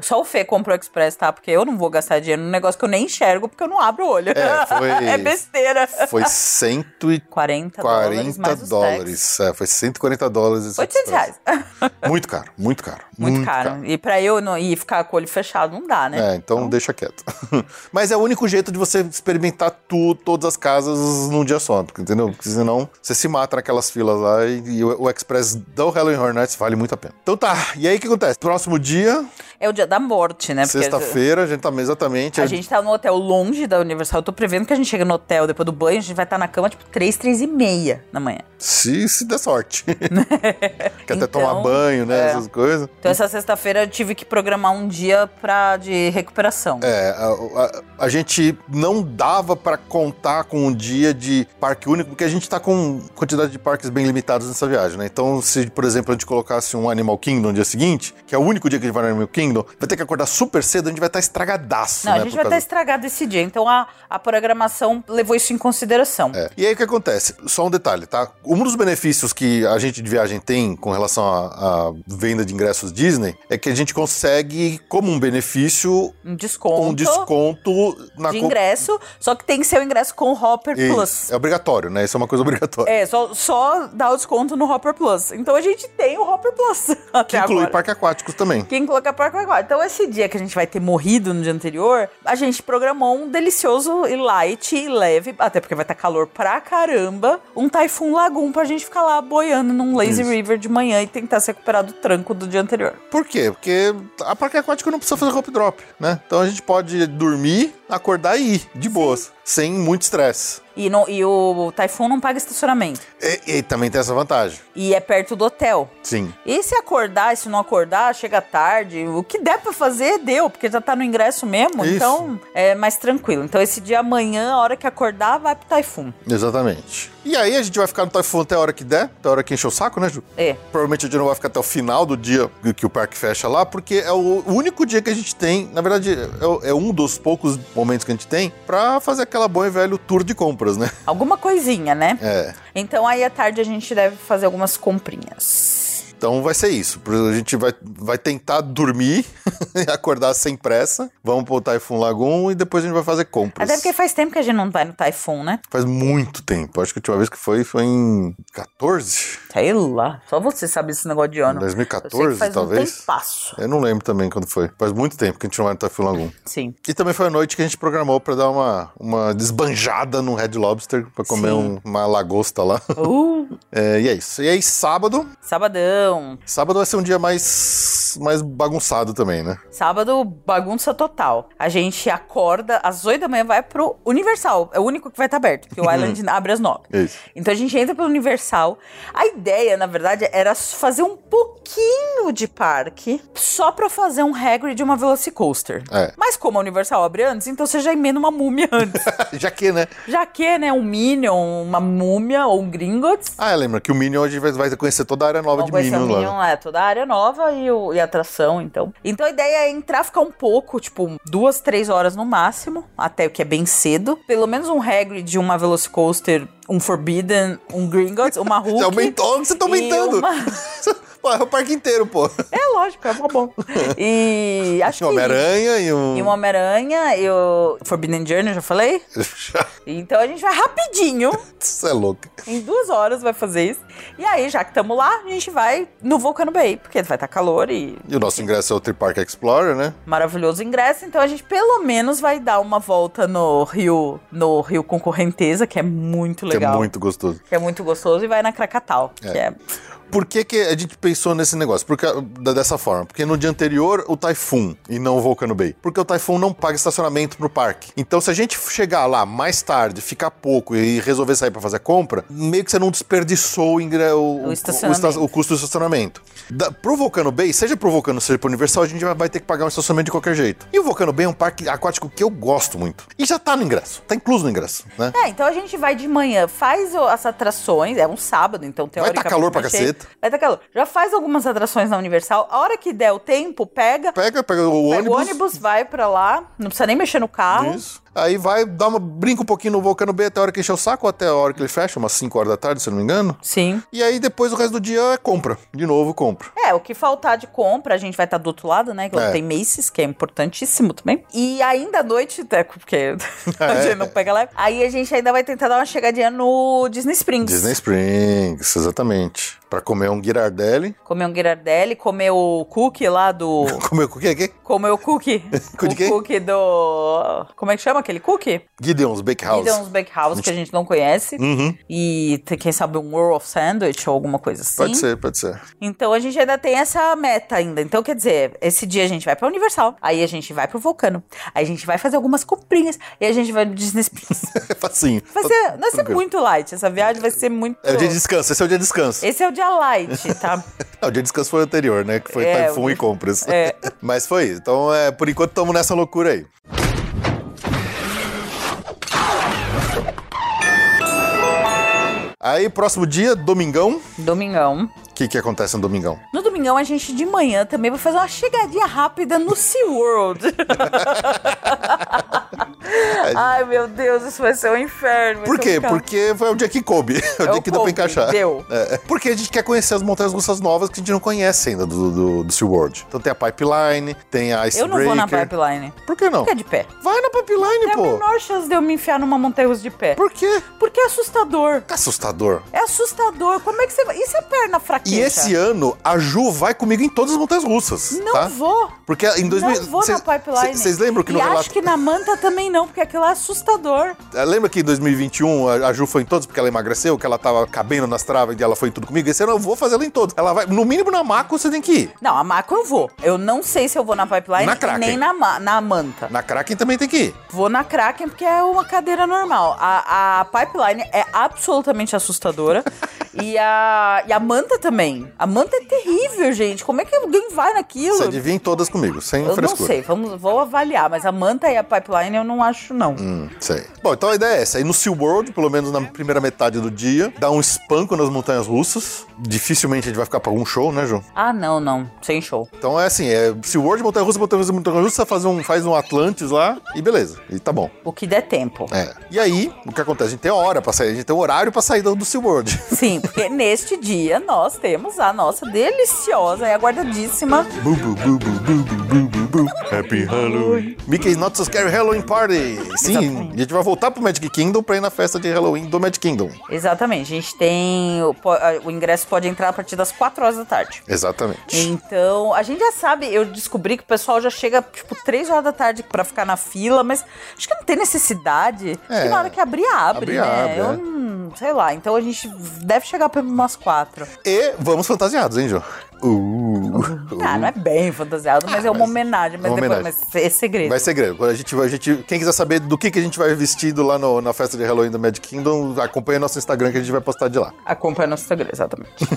S2: Só o Fê comprou o Express, tá? Porque eu não vou gastar dinheiro num negócio que eu nem enxergo, porque eu não abro o olho.
S1: É, foi-
S2: é besteira.
S1: Foi 140
S2: 40, dólares.
S1: 40
S2: mais os
S1: dólares.
S2: tax.
S1: É, foi 140 dólares. esse
S2: 800
S1: expresso.
S2: reais.
S1: Muito caro, muito caro.
S2: Muito, caro. né? E pra eu não ir ficar com o olho fechado, não dá, né?
S1: É, então, deixa quieto. Mas é o único jeito de você experimentar tu, todas as casas num dia só, porque, entendeu? Porque senão você se mata naquelas filas lá e, e o, o Express do Halloween Horror Nights vale muito a pena. Então tá, e aí o que acontece? Próximo dia,
S2: É, o dia da morte, né? Porque
S1: sexta-feira, a gente tá exatamente...
S2: A gente tá no hotel longe da Universal. Eu tô prevendo que a gente chega no hotel depois do banho, a gente vai estar na cama tipo 3, 3 e meia da manhã.
S1: Se, se der sorte. Quer até
S2: Então,
S1: tomar banho, né?
S2: é.
S1: Essas coisas.
S2: Então essa sexta-feira eu tive que programar um dia pra, de recuperação.
S1: É, a, a- a gente não dava pra contar com um dia de parque único, porque a gente tá com quantidade de parques bem limitados nessa viagem, né? Então, se, por exemplo, a gente colocasse um Animal Kingdom no dia seguinte, que é o único dia que a gente vai no Animal Kingdom, vai ter que acordar super cedo, a gente vai estar estragadaço,
S2: Não,
S1: né?
S2: a gente
S1: por
S2: vai estar
S1: causa-
S2: estragado esse dia. Então a, a programação levou isso em consideração.
S1: É. E aí o que acontece? Só um detalhe, tá? Um dos benefícios que a gente de viagem tem com relação à à venda de ingressos Disney é que a gente consegue, como um benefício,
S2: Um desconto.
S1: um desconto na
S2: de
S1: co-
S2: ingresso, só que tem que ser o ingresso com Hopper
S1: Isso,
S2: Plus.
S1: É obrigatório, né? Isso é uma coisa obrigatória.
S2: assim. É, só, só dá o desconto no Hopper Plus. Então a gente tem o Hopper Plus
S1: que
S2: até
S1: inclui
S2: agora.
S1: parque aquáticos também.
S2: Quem coloca parque agora. Então, esse dia que a gente vai ter morrido no dia anterior, a gente programou um delicioso e light e leve, até porque vai estar calor pra caramba, um Typhoon Lagoon pra gente ficar lá boiando num Lazy
S1: Isso.
S2: River de manhã e tentar se recuperar do tranco do dia anterior.
S1: Por quê? Porque a parque aquático não precisa fazer rope drop, né? Então a gente pode dormir, acordar e ir, de boas, sem muito estresse.
S2: E, não- e o Typhoon não paga estacionamento.
S1: E, e também tem essa vantagem.
S2: E é perto do hotel.
S1: Sim.
S2: E se acordar, e se não acordar, chega tarde. O que der pra fazer, deu, porque já tá no ingresso mesmo.
S1: Isso.
S2: Então é mais tranquilo. Então esse dia amanhã, a hora que acordar, vai pro Typhoon.
S1: Exatamente. E aí a gente vai ficar no Typhoon até a hora que der, até a hora que encher o saco, né, Ju?
S2: É.
S1: Provavelmente a gente não vai ficar até o final do dia que o parque fecha lá, porque é o único dia que a gente tem, na verdade, é o- é, um dos poucos momentos que a gente tem pra fazer aquela boa e velho tour de compras, né?
S2: Alguma coisinha, né?
S1: É.
S2: Então aí à tarde a gente deve fazer algumas comprinhas.
S1: Então vai ser isso. A gente vai, vai tentar dormir, acordar sem pressa. Vamos pro Typhoon Lagoon e depois a gente vai fazer compras.
S2: Até porque faz tempo que a gente não vai no Typhoon, né?
S1: Faz muito tempo. Acho que a última vez que foi foi em 14?
S2: Sei lá. Só você sabe esse negócio de ano. Eu sei que
S1: 2014,
S2: faz
S1: talvez?
S2: um passo.
S1: Eu não lembro também quando foi. Faz muito tempo que a gente não vai no Typhoon Lagoon.
S2: Sim.
S1: E também foi a noite que a gente programou pra dar uma, uma desbanjada no Red Lobster pra comer um-
S2: Sim.
S1: uma lagosta lá.
S2: Uh,
S1: É, e é isso. E aí, sábado.
S2: sabadão.
S1: Sábado vai ser um dia mais, mais bagunçado também, né?
S2: Sábado, bagunça total. A gente acorda às 8 da manhã, vai pro Universal. É o único que vai estar aberto, porque o Island abre às 9.
S1: É Uhum. isso.
S2: Então a gente entra pelo Universal. A ideia, na verdade, era fazer um pouquinho de parque só pra fazer um Hagrid e uma Velocicoaster.
S1: É.
S2: Mas como a Universal abre antes, então você já emenda uma múmia antes.
S1: Já que, né?
S2: já que, né, um Minion, uma múmia ou um Gringotts.
S1: Ah, lembra que o Minion hoje vai, vai conhecer toda a área nova de
S2: Alguma coisa
S1: Minion lá. né?
S2: Minion, é toda a área nova e, o- e a atração, então. Então a ideia é entrar, ficar um pouco, tipo, duas, três horas no máximo, até o que é bem cedo. Pelo menos um Hagrid, uma Velocicoaster, um Forbidden, um Gringotts, uma Hulk.
S1: Você aumentou, você tá
S2: e
S1: aumentando.
S2: uma-
S1: Pô, é o parque inteiro, pô.
S2: É lógico, é mó bom. E acho
S1: Um
S2: que...
S1: Homem-Aranha e um.
S2: E o Homem-Aranha, e o Forbidden Journey, eu já falei? Então a gente vai rapidinho,
S1: Isso é louco.
S2: em duas horas vai fazer isso. E aí, já que estamos lá, a gente vai no Volcano Bay, porque vai estar calor e
S1: E o nosso ingresso é o Tripark Explorer, né?
S2: maravilhoso ingresso. Então a gente pelo menos vai dar uma volta no rio, no rio com correnteza, que é muito
S1: Que é
S2: legal.
S1: muito gostoso.
S2: Que é muito gostoso e vai na Krakatau, que é
S1: Por que, que a gente pensou nesse negócio? Porque, ah, da- dessa forma. Porque no dia anterior, o Typhoon e não o Volcano Bay. Porque o Typhoon não paga estacionamento pro parque. Então, se a gente chegar lá mais tarde, ficar pouco e resolver sair pra fazer a compra, meio que você não desperdiçou o, ingra- o,
S2: O estacionamento.
S1: o esta- o custo do estacionamento. Da, pro Volcano Bay, seja pro Volcano, seja pro Universal, a gente vai, vai ter que pagar um estacionamento de qualquer jeito. E o Volcano Bay é um parque aquático que eu gosto muito. E já tá no ingresso. Tá incluso no ingresso, né?
S2: É, então a gente vai de manhã, faz o- as atrações, é um sábado, então teoricamente.
S1: tá calor pra
S2: vai cheio.
S1: caceta.
S2: Vai tá calor. Já faz algumas atrações na Universal, a hora que der o tempo, pega, pega
S1: Pega, pega o
S2: o
S1: ônibus.
S2: ônibus, vai pra lá, não precisa nem mexer no carro.
S1: Isso. Aí vai, dá uma, brinca um pouquinho no Volcano B até a hora que encher o saco, até a hora que ele fecha, umas 5 horas da tarde, se eu não me engano.
S2: Sim.
S1: E aí depois o resto do dia é compra. De novo, compra.
S2: É, o que faltar de compra, a gente vai estar do outro lado, né? Que lá
S1: É.
S2: tem Macy's, que é importantíssimo também. E ainda à noite, até porque
S1: É.
S2: a gente não pega leve. Aí a gente ainda vai tentar dar uma chegadinha no Disney Springs.
S1: Disney Springs, exatamente. Pra comer um Girardelli.
S2: Comer um Ghirardelli, comer o cookie lá do...
S1: Comer o que aqui?
S2: Comer o cookie.
S1: Com de
S2: o
S1: quem?
S2: cookie do... Como é que chama aquele cookie?
S1: Gideon's Bakehouse.
S2: Gideon's Bakehouse, que a gente não conhece.
S1: Uhum.
S2: E tem, quem sabe, um World of Sandwich ou alguma coisa assim.
S1: Pode ser, pode ser.
S2: Então a gente ainda tem essa meta ainda. Então, quer dizer, esse dia a gente vai pra Universal, aí a gente vai pro Vulcano, aí a gente vai fazer algumas comprinhas e a gente vai no Disney Springs.
S1: É facinho.
S2: Vai
S1: Tá
S2: ser, vai ser
S1: tranquilo.
S2: é muito light, essa viagem vai ser muito...
S1: É o dia de descanso, esse é o dia de descanso.
S2: Esse é o dia light, tá?
S1: Ah, o dia de descanso foi o anterior, né? Que foi
S2: É,
S1: Typhoon
S2: o-
S1: e compras.
S2: é.
S1: Mas foi isso. Então, é, por enquanto, estamos nessa loucura aí. Aí, próximo dia, domingão.
S2: Domingão.
S1: O que, que acontece no domingão?
S2: No domingão, a gente de manhã também vai fazer uma chegadinha rápida no SeaWorld. Ai, meu Deus, isso vai ser um inferno. vai
S1: Por
S2: ser um
S1: quê?
S2: caos.
S1: Porque foi o dia que coube. É o
S2: É
S1: dia
S2: o
S1: que deu pra
S2: coube,
S1: encaixar.
S2: deu.
S1: É, porque a gente quer conhecer as montanhas russas novas que a gente não conhece ainda do, do, do SeaWorld. Então tem a Pipeline, tem a
S2: Eu
S1: Icebreaker.
S2: não vou na pipeline.
S1: Por que não?
S2: Fica de pé.
S1: Vai na Pipeline,
S2: Tem a
S1: pô.
S2: menor chance de eu me enfiar numa montanha russa de pé.
S1: Por quê?
S2: Porque é assustador.
S1: Que assustador.
S2: É assustador. Como é que você vai. E se a perna fraqueja?
S1: E esse ano, a Ju vai comigo em todas as montanhas russas.
S2: Não
S1: tá?
S2: vou.
S1: Porque em 2000.
S2: Não vou na pipeline.
S1: Vocês lembram que
S2: e
S1: no
S2: acho
S1: relato. Eh,
S2: que na manta também não, porque aquilo é assustador.
S1: Lembra que em 2021 a a Ju foi em todos porque ela emagreceu, que ela tava cabendo nas travas e ela foi em tudo comigo? Esse ano eu vou fazer ela em todos. Ela vai. No mínimo na Maco você tem que ir.
S2: Não, a maco eu vou. Eu não sei se eu vou na pipeline
S1: Na Kraken.
S2: nem na, ma- na manta.
S1: Na Kraken também tem que ir.
S2: Vou na Kraken porque é uma cadeira normal. A, a pipeline é absolutamente assustadora. e, a, e a manta também. A manta é terrível, gente. Como é que alguém vai naquilo?
S1: Você devia ir em todas comigo, sem
S2: eu não
S1: é frescura.
S2: sei, vamos, vou avaliar, mas a manta e a pipeline eu não acho, não.
S1: Hum, sei. Bom, então a ideia é essa. Aí no SeaWorld, pelo menos na primeira metade do dia, dá um espanco nas montanhas russas. Dificilmente a gente vai ficar pra algum show, né, Ju?
S2: Ah, não, não. Sem show.
S1: Então é assim, é SeaWorld, Montanha Russa, Montanha Russa, Montanha Russa, faz um, faz um Atlantis lá e beleza. E tá bom.
S2: O que der tempo.
S1: É. E aí, o que acontece? A gente tem hora pra sair, a gente tem horário pra sair do do SeaWorld.
S2: Sim, porque neste dia nós temos a nossa deliciosa e aguardadíssima
S1: bu, bu, bu, bu, bu, bu, bu, bu, bu. Happy Halloween. Mickey's Not So Scary Halloween Party. Sim,
S2: Exatamente.
S1: a gente vai voltar pro Magic Kingdom pra ir na festa de Halloween do Magic Kingdom.
S2: Exatamente, a gente tem. O, po- a- o ingresso pode entrar a partir das 4 horas da tarde.
S1: Exatamente.
S2: Então, a gente já sabe, eu descobri que o pessoal já chega, tipo, 3 horas da tarde pra ficar na fila, mas acho que não tem necessidade. Acho que
S1: É.
S2: na hora que abrir,
S1: Abre,
S2: abre, né?
S1: abre,
S2: Eu
S1: é.
S2: não- sei lá, então a gente deve chegar pra umas 4.
S1: E vamos fantasiados, hein, João? Uh, uh.
S2: Ah, não é bem fantasiado, mas é uma homenagem, mas
S1: é uma
S2: depois
S1: homenagem.
S2: Mas é segredo.
S1: Vai ser grande. Quando a gente, vai- a gente, quem quiser saber do que, que a gente vai vestido lá no- na festa de Halloween do Magic Kingdom, acompanha nosso Instagram que a gente vai postar de lá.
S2: Acompanha nosso Instagram, é exatamente.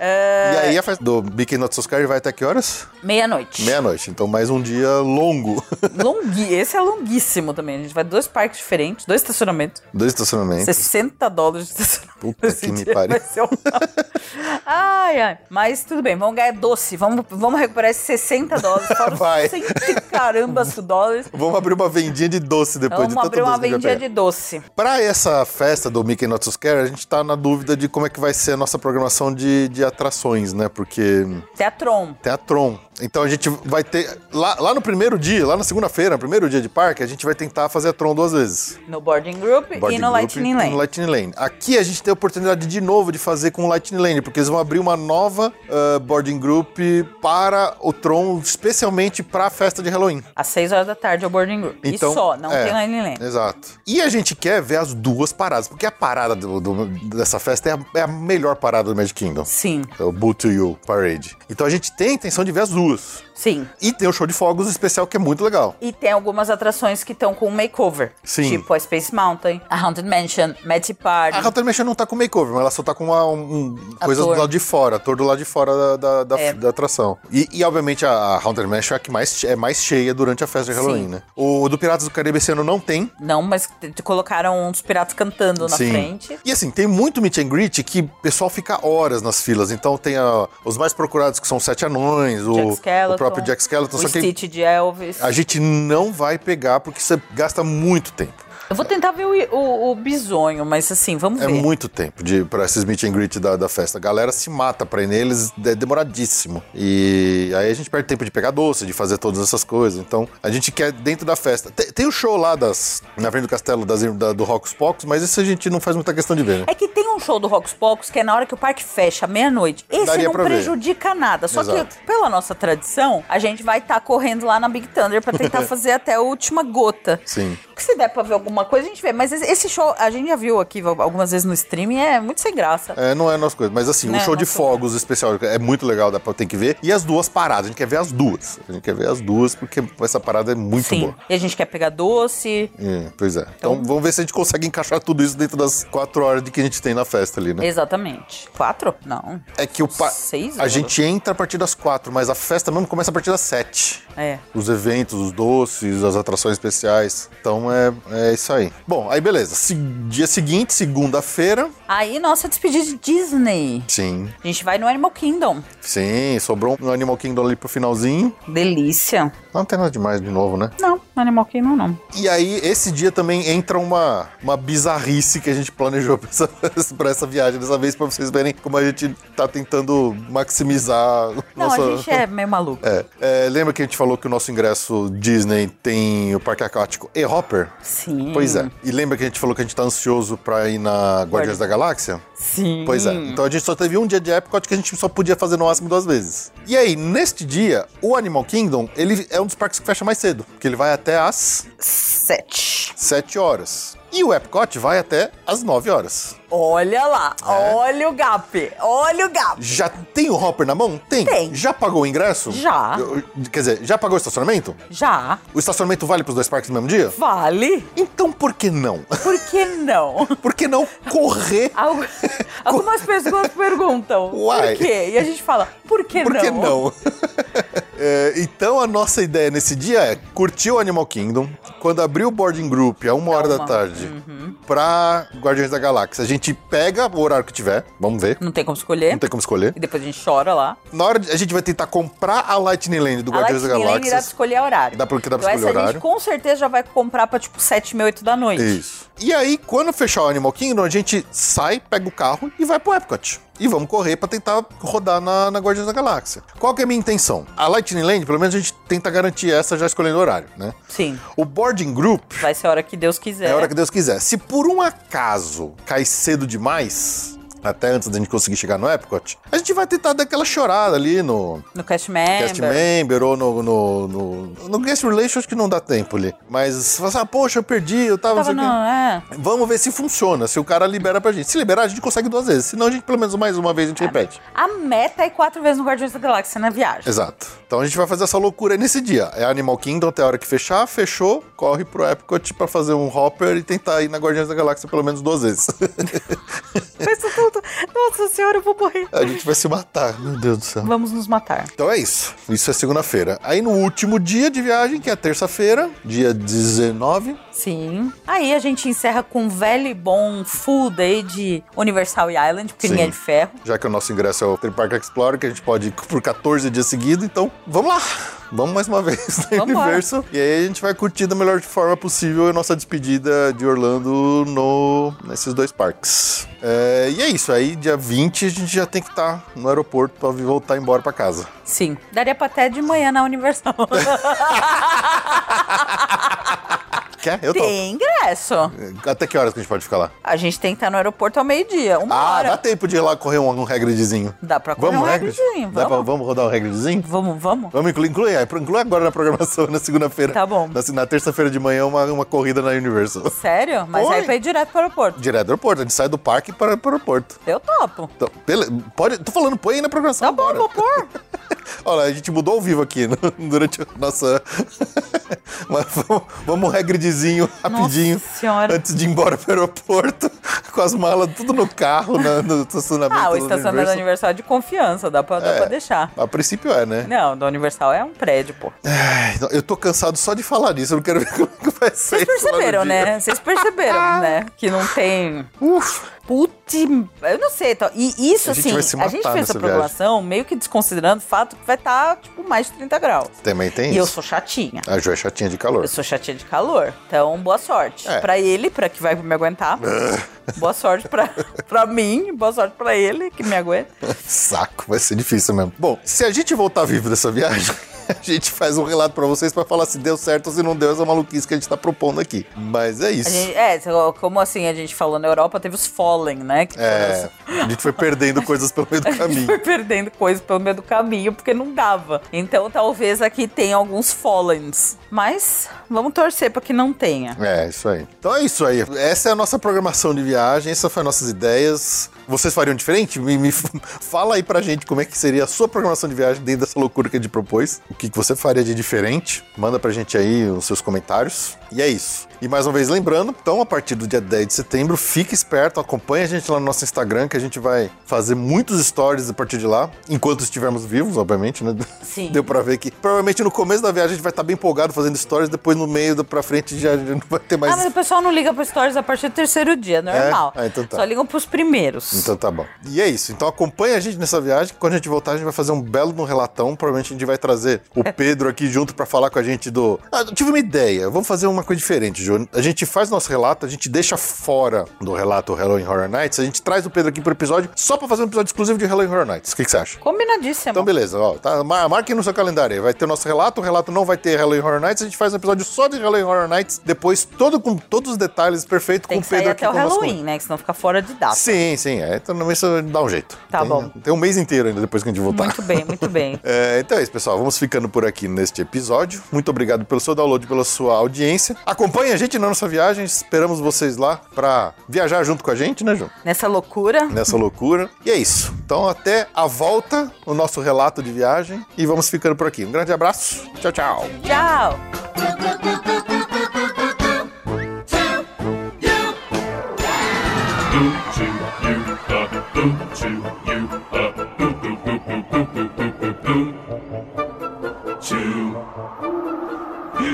S2: É.
S1: E aí a festa do Mickey Not So Scary vai até que horas?
S2: Meia-noite.
S1: Meia-noite. Então mais um dia longo.
S2: Longui, esse é longuíssimo também. A gente vai dois parques diferentes, dois estacionamentos.
S1: Dois estacionamentos.
S2: 60 dólares de estacionamento.
S1: Puta
S2: Esse
S1: que me
S2: dia
S1: pariu.
S2: vai ser um- ai, ai. Mas tudo bem, vamos ganhar doce. Vamos, vamos recuperar esses 60 dólares. Fora os
S1: Vai.
S2: 100 e carambas de dólares.
S1: Vamos abrir uma vendinha de doce depois de
S2: Vamos
S1: tanto
S2: abrir uma
S1: doce que a gente vai
S2: vendinha
S1: pegar.
S2: de doce.
S1: Pra essa festa do Mickey Not So Scary, a gente tá na dúvida de como é que vai ser a nossa programação de, de atrações, né? Porque
S2: Teatron.
S1: tem a Tron. Então a gente vai ter. Lá, lá no primeiro dia, lá na segunda-feira, no primeiro dia de parque, a gente vai tentar fazer a Tron duas vezes.
S2: No Boarding Group
S1: Boarding
S2: e É no
S1: Group
S2: Lightning
S1: e
S2: Lane.
S1: no Lightning Lane. Aqui a gente tem a oportunidade de novo de fazer com o Lightning Lane, porque eles vão abrir uma nova ah, Boarding Group para o Tron, especialmente para a festa de Halloween.
S2: Às 6 horas da tarde é o Boarding Group. e só, não
S1: é,
S2: tem Lightning Lane.
S1: Exato. E a gente quer ver as duas paradas, porque a parada do- do- dessa festa é a, é a melhor parada do Magic Kingdom.
S2: Sim,
S1: É o Boot to You Parade. Então a gente tem a intenção de ver as duas.
S2: sim.
S1: E tem o show de fogos especial que é muito legal.
S2: E tem algumas atrações que estão com um makeover.
S1: Sim.
S2: Tipo a Space Mountain, a Haunted Mansion, Matty Party.
S1: A Haunted Mansion não tá com makeover, mas ela só tá com uma, um, um- coisas do
S2: Ator.
S1: lado de fora, ator do lado de fora da, da, da-
S2: É.
S1: da atração. E, e, obviamente a Haunted Mansion é a que mais, é mais cheia durante a festa de Halloween,
S2: Sim.
S1: né? O do Piratas do Caribe esse ano não tem.
S2: Não, mas te- te colocaram uns piratas cantando na
S1: Sim.
S2: frente.
S1: E assim, tem muito meet and greet que o pessoal fica horas nas filas. Então tem a- os mais procurados que são os Sete Anões,
S2: Jack
S1: o,
S2: Skeleton.
S1: o próprio Jack Skeleton.
S2: O
S1: só que
S2: Stitch de Elvis.
S1: a gente não vai pegar porque você gasta muito tempo.
S2: Eu vou tentar ver o, o, o bisonho, mas assim, vamos
S1: É
S2: ver.
S1: muito tempo de, pra esses meet and greet da, da festa. A galera se mata pra ir neles, é demoradíssimo. E aí a gente perde tempo de pegar doce, de fazer todas essas coisas. Então, a gente quer dentro da festa. Tem, tem o show lá das, na frente do castelo das, da- do Rocos Pocos, mas isso a gente não faz muita questão de ver, né?
S2: É que tem um show do Rocks Pocos que é na hora que o parque fecha, à meia-noite. Esse
S1: Daria
S2: não
S1: pra ver.
S2: prejudica nada. Só
S1: Exato.
S2: que, pela nossa tradição, a gente vai estar correndo lá na Big Thunder pra tentar fazer até a última gota.
S1: Sim.
S2: Que se der pra ver alguma coisa, a gente vê. Mas esse- esse show, a gente já viu aqui algumas vezes no streaming, é muito sem graça.
S1: É, não é a nossa coisa, mas assim,
S2: Não
S1: o
S2: é
S1: show de
S2: nossa
S1: fogos especial é muito legal, dá pra ter que ver. E as duas paradas, a gente quer ver as duas. A gente quer ver as duas, porque essa parada é muito
S2: Sim.
S1: boa.
S2: E a gente quer pegar doce.
S1: É, pois é. Então, vamos ver se a gente consegue encaixar tudo isso dentro das quatro horas de que a gente tem na festa ali, né?
S2: Exatamente. Quatro? Não.
S1: É que o pa-
S2: Seis
S1: a
S2: horas.
S1: gente entra a partir das quatro, mas a festa mesmo começa a partir das sete.
S2: É.
S1: Os eventos, os doces, as atrações especiais. Então é, é isso aí. Bom, aí beleza. Se- dia seguinte, segunda-feira.
S2: Aí, nossa despedida de Disney.
S1: Sim,
S2: A gente vai no Animal Kingdom.
S1: sim. Sobrou um Animal Kingdom ali pro finalzinho.
S2: Delícia.
S1: Não tem nada demais de novo, né?
S2: Não, Animal Kingdom não.
S1: E aí, esse dia também entra uma, uma bizarrice que a gente planejou pra essa, pra essa viagem dessa vez, pra vocês verem como a gente tá tentando maximizar
S2: Não,
S1: nossa...
S2: a gente é meio maluco.
S1: É, é, lembra que a gente falou que o nosso ingresso Disney tem o parque aquático e Hopper?
S2: Sim.
S1: Pois é. E lembra que a gente falou que a gente tá ansioso pra ir na Guardiões da Galáxia?
S2: Sim.
S1: Pois é. Então a gente só teve um dia de Epcot que a gente só podia fazer no máximo duas vezes. E aí, neste dia, o Animal Kingdom, ele é um dos parques que fecha mais cedo, porque ele vai até às
S2: Sete.
S1: 7 horas. E o Epcot vai até às 9 horas.
S2: Olha lá.
S1: É.
S2: Olha o gap. Olha o gap.
S1: Já tem o Hopper na mão? Tem.
S2: Tem.
S1: Já pagou o ingresso?
S2: Já.
S1: Eu- quer dizer, já pagou o estacionamento?
S2: Já.
S1: O estacionamento vale pros dois parques no mesmo dia?
S2: Vale.
S1: Então por que não?
S2: Por que não?
S1: Por que não correr?
S2: Algu- Algumas pessoas perguntam.
S1: Uai.
S2: Por quê? E a gente fala, por que
S1: Por
S2: não?
S1: que não? É, então a nossa ideia nesse dia é curtir o Animal Kingdom. Quando abrir o boarding group a uma hora da
S2: uma. Uhum.
S1: tarde pra Guardiões da Galáxia, a gente pega o horário que tiver, vamos ver.
S2: Não tem como escolher.
S1: Não tem como escolher.
S2: E depois a gente chora lá.
S1: Na hora de- a gente vai tentar comprar a Lightning Lane do
S2: A
S1: Guardiões da
S2: Lightning Lane dá pra
S1: Galáxia.
S2: escolher horário.
S1: Dá pra- que dá pra
S2: então
S1: escolher
S2: essa
S1: horário.
S2: gente com certeza já vai comprar pra tipo 7, 8 da noite.
S1: Isso. E aí, quando fechar o Animal Kingdom, a gente sai, pega o carro e vai pro Epcot. E vamos correr pra tentar rodar na, na Guardiões da Galáxia. Qual que é a minha intenção? A Lightning Lane, pelo menos a gente tenta garantir essa já escolhendo o horário, né?
S2: Sim.
S1: O boarding group
S2: Vai ser a hora que Deus quiser.
S1: é a hora que Deus quiser. Se por um acaso cai cedo demais, até antes da gente conseguir chegar no Epcot, a gente vai tentar dar aquela chorada ali no,
S2: No cast member.
S1: cast member ou no, no, no, no guest relations acho que não dá tempo ali. Mas você fala assim, ah, poxa, eu perdi, eu tava... não
S2: Tava
S1: sei o quê.
S2: não, é.
S1: Vamos ver se funciona, se o cara libera pra gente. Se liberar, a gente consegue duas vezes. Se não, a gente pelo menos mais uma vez a gente repete.
S2: A meta é quatro vezes no Guardiões da Galáxia na viagem.
S1: Exato. Então a gente vai fazer essa loucura aí nesse dia. É Animal Kingdom até a hora que fechar, fechou, corre pro Epcot pra fazer um hopper e tentar ir na Guardiões da Galáxia pelo menos duas vezes.
S2: Pensa tudo. Nossa senhora, eu vou morrer.
S1: a gente vai se matar, meu Deus do céu.
S2: Vamos nos matar.
S1: Então é isso. Isso é segunda-feira. Aí no último dia de viagem, que é terça-feira, dia 19,
S2: Sim. Aí a gente encerra com um velho e bom full day de Universal Island, porque
S1: Sim.
S2: ninguém é de ferro.
S1: já que o nosso ingresso é o Theme Park Explorer, que a gente pode ir por 14 dias seguidos, então vamos lá! Vamos mais uma vez no
S2: Vambora.
S1: universo. E aí a gente vai curtir da melhor forma possível a nossa despedida de Orlando no, nesses dois parques. É, e é isso. Aí aí, dia 20, a gente já tem que estar no aeroporto pra vi- voltar embora pra casa.
S2: Sim. Daria pra até de manhã na Universal.
S1: Quer? Eu tô.
S2: Tem ingresso.
S1: Até que horas que a gente pode ficar lá?
S2: A gente tem que estar no aeroporto ao meio-dia. Uma
S1: Ah,
S2: hora.
S1: dá tempo de ir lá correr um, um regredezinho.
S2: Dá pra correr um
S1: regred?
S2: regredinho,
S1: Dá pra-
S2: vamos.
S1: vamos rodar um regredezinho?
S2: Vamos, vamos?
S1: Vamos incluir, inclui, é, inclui agora na programação, na segunda-feira.
S2: Tá bom.
S1: Na, na terça-feira de manhã, uma, uma corrida na Universal.
S2: Sério? Mas
S1: Oi.
S2: aí pra ir direto pro aeroporto.
S1: Direto do aeroporto, a gente sai do parque para para o aeroporto.
S2: Eu topo.
S1: Então, pele- pode, tô falando, põe aí na programação.
S2: Tá bom,
S1: bora.
S2: vou pôr.
S1: Olha, a gente mudou ao vivo aqui no- durante a nossa. Mas vamos, vamos um regredezinho rapidinho.
S2: Senhora.
S1: Antes de ir embora pro aeroporto, com as malas tudo no carro, na- no estacionamento.
S2: Ah, o
S1: da
S2: estacionamento da
S1: Universal.
S2: Universal é de confiança, dá pra, dá
S1: É.
S2: pra deixar.
S1: A princípio é, né?
S2: Não, da Universal é um prédio, pô.
S1: Ai, não, Eu tô cansado só de falar disso, eu não quero ver como é que vai ser.
S2: Vocês
S1: isso lá no
S2: perceberam,
S1: dia.
S2: né? Vocês
S1: Ah.
S2: perceberam, né? Que não tem.
S1: Ufa!
S2: Putz, eu não sei. Então, e isso,
S1: A gente
S2: assim,
S1: vai se
S2: a gente
S1: matar
S2: fez
S1: nessa
S2: essa programação meio que desconsiderando o fato que vai estar, tipo, mais de 30 graus.
S1: Também tem
S2: E eu
S1: isso.
S2: sou chatinha.
S1: A Ju é chatinha de calor.
S2: Eu sou chatinha de calor. Então, boa sorte.
S1: É.
S2: Pra ele, pra que vai me aguentar. boa sorte pra, pra mim, boa sorte pra ele, que me aguenta.
S1: Saco, vai ser difícil mesmo. Bom, se a gente voltar vivo dessa viagem, a gente faz um relato pra vocês pra falar se deu certo ou se não deu essa maluquice que a gente tá propondo aqui. Mas é
S2: A
S1: isso.
S2: gente- é, como assim a gente falou na Europa, teve os Fallen, né? Que
S1: É, a gente foi perdendo coisas pelo meio do
S2: A gente foi
S1: caminho.
S2: perdendo coisas pelo meio do caminho, porque não dava. Então talvez aqui tenha alguns Fallens. Mas vamos torcer pra que não tenha.
S1: É, isso aí. Então é isso aí. Essa é a nossa programação de viagem, essas foram nossas ideias. Vocês fariam diferente? Me, me fala aí pra gente como é que seria a sua programação de viagem dentro dessa loucura que a gente propôs. O que que você faria de diferente? Manda pra gente aí os seus comentários. E é isso. E mais uma vez lembrando, então, a partir do dia 10 de setembro, fique esperto, acompanhe a gente lá no nosso Instagram, que a gente vai fazer muitos stories a partir de lá, enquanto estivermos vivos, obviamente, né?
S2: Sim.
S1: Deu pra ver que provavelmente no começo da viagem a gente vai estar bem empolgado fazendo stories, depois no meio da- pra frente já já não vai ter mais.
S2: Ah, mas o pessoal não liga pro Stories a partir do terceiro dia, normal.
S1: Ah, então tá.
S2: Só ligam pros primeiros.
S1: Então tá bom. E é isso. Então acompanha a gente nessa viagem. que Quando a gente voltar, a gente vai fazer um belo de um relatão. Provavelmente a gente vai trazer o
S2: É.
S1: Pedro aqui junto pra falar com a gente do. Ah, eu tive uma ideia. Vamos fazer uma coisa diferente, Ju. A gente faz nosso relato, a gente deixa fora do relato Halloween Horror Nights. A gente traz o Pedro aqui pro episódio só pra fazer um episódio exclusivo de Halloween Horror Nights. O que, que você acha?
S2: Combinadíssimo.
S1: Então, beleza, ó. Tá, mar- marquem no seu calendário aí. Vai ter o nosso relato, o relato não vai ter Halloween Horror Nights. A gente faz um episódio só de Halloween Horror Nights, depois todo com todos os detalhes perfeito
S2: Tem
S1: com
S2: que
S1: o
S2: sair
S1: Pedro aqui
S2: até o
S1: com o nosso
S2: Halloween, né? Que senão fica fora de data.
S1: Sim, sim. É, então no mês isso dá um jeito.
S2: Tá
S1: tem,
S2: bom.
S1: Tem um mês inteiro ainda depois que a gente voltar.
S2: Muito bem, muito bem.
S1: É, então é isso, pessoal. Vamos ficando por aqui neste episódio. Muito obrigado pelo seu download, pela sua audiência. Acompanhe a gente na nossa viagem. Esperamos vocês lá pra viajar junto com a gente, né, João?
S2: Nessa loucura,
S1: Nessa loucura. E é isso. Então, até a volta, o nosso relato de viagem. E vamos ficando por aqui. Um grande abraço. Tchau, tchau.
S2: tchau!
S5: do to you up, do to you up, do do do do do do do do do to you.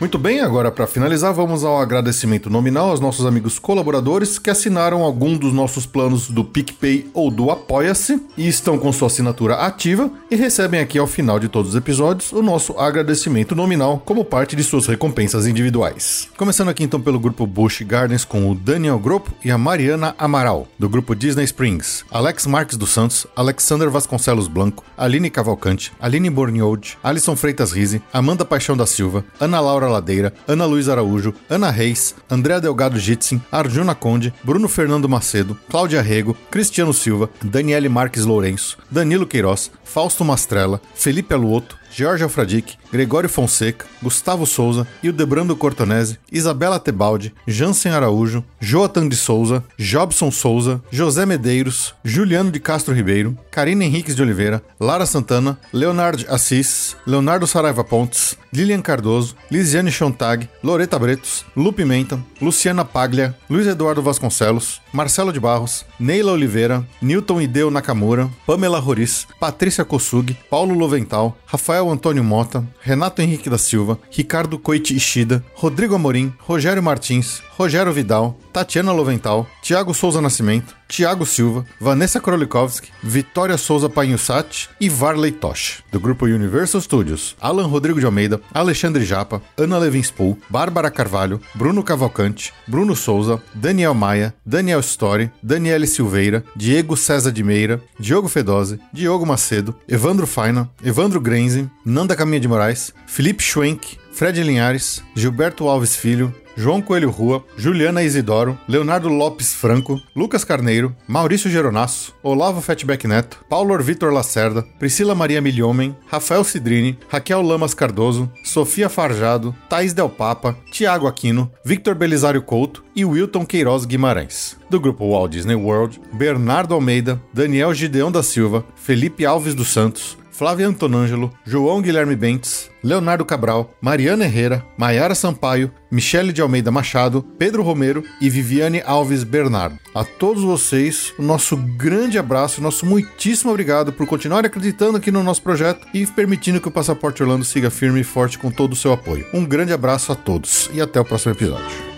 S1: Muito bem, agora para finalizar, vamos ao agradecimento nominal aos nossos amigos colaboradores que assinaram algum dos nossos planos do PicPay ou do Apoia-se e estão com sua assinatura ativa e recebem aqui ao final de todos os episódios o nosso agradecimento nominal como parte de suas recompensas individuais. Começando aqui então pelo grupo Bush Gardens com o Daniel Grupo e a Mariana Amaral, do grupo Disney Springs, Alex Marques dos Santos, Alexander Vasconcelos Blanco, Aline Cavalcante, Aline Borniold, Alisson Freitas Rize, Amanda Paixão da Silva, Ana Laura Ladeira, Ana Luiz Araújo, Ana Reis, Andréa Delgado Jitsin, Arjuna Conde, Bruno Fernando Macedo, Cláudia Rego, Cristiano Silva, Daniele Marques Lourenço, Danilo Queiroz, Fausto Mastrella, Felipe Aluoto, Jorge Alfradic, Gregório Fonseca, Gustavo Souza, Ildebrando Cortonese, Isabela Tebaldi, Jansen Araújo, Joatan de Souza, Jobson Souza, José Medeiros, Juliano de Castro Ribeiro, Karina Henriques de Oliveira, Lara Santana, Leonardo Assis, Leonardo Saraiva Pontes, Lilian Cardoso, Lisiane Chontag, Loreta Bretos, Lu Pimenta, Luciana Paglia, Luiz Eduardo Vasconcelos, Marcelo de Barros, Neila Oliveira, Newton Ideu Nakamura, Pamela Roriz, Patrícia Kossug, Paulo Lovental, Rafael Antônio Mota, Renato Henrique da Silva, Ricardo Coiti Ishida, Rodrigo Amorim, Rogério Martins, Rogério Vidal, Tatiana Lovental, Tiago Souza Nascimento, Tiago Silva, Vanessa Krolikowski, Vitória Souza Panhussat e Varley Tosh, do grupo Universal Studios, Alan Rodrigo de Almeida, Alexandre Japa, Ana Levinspool, Bárbara Carvalho, Bruno Cavalcante, Bruno Souza, Daniel Maia, Daniel Story, Daniele Silveira, Diego César de Meira, Diogo Fedose, Diogo Macedo, Evandro Faina, Evandro Grenzen, Nanda Caminha de Moraes, Felipe Schwenk, Fred Linhares, Gilberto Alves Filho, João Coelho Rua, Juliana Isidoro, Leonardo Lopes Franco, Lucas Carneiro, Maurício Geronasso, Olavo Fatback Neto, Paulo Vitor Lacerda, Priscila Maria Milhomem, Rafael Cidrini, Raquel Lamas Cardoso, Sofia Farjado, Thais Del Papa, Tiago Aquino, Victor Belisário Couto e Wilton Queiroz Guimarães. Do grupo Walt Disney World, Bernardo Almeida, Daniel Gideão da Silva, Felipe Alves dos Santos, Flávia Antonângelo, João Guilherme Bentes, Leonardo Cabral, Mariana Herrera, Maiara Sampaio, Michele de Almeida Machado, Pedro Romero e Viviane Alves Bernardo. A todos vocês, o nosso grande abraço, nosso muitíssimo obrigado por continuar acreditando aqui no nosso projeto e permitindo que o Passaporte Orlando siga firme e forte com todo o seu apoio. Um grande abraço a todos e até o próximo episódio.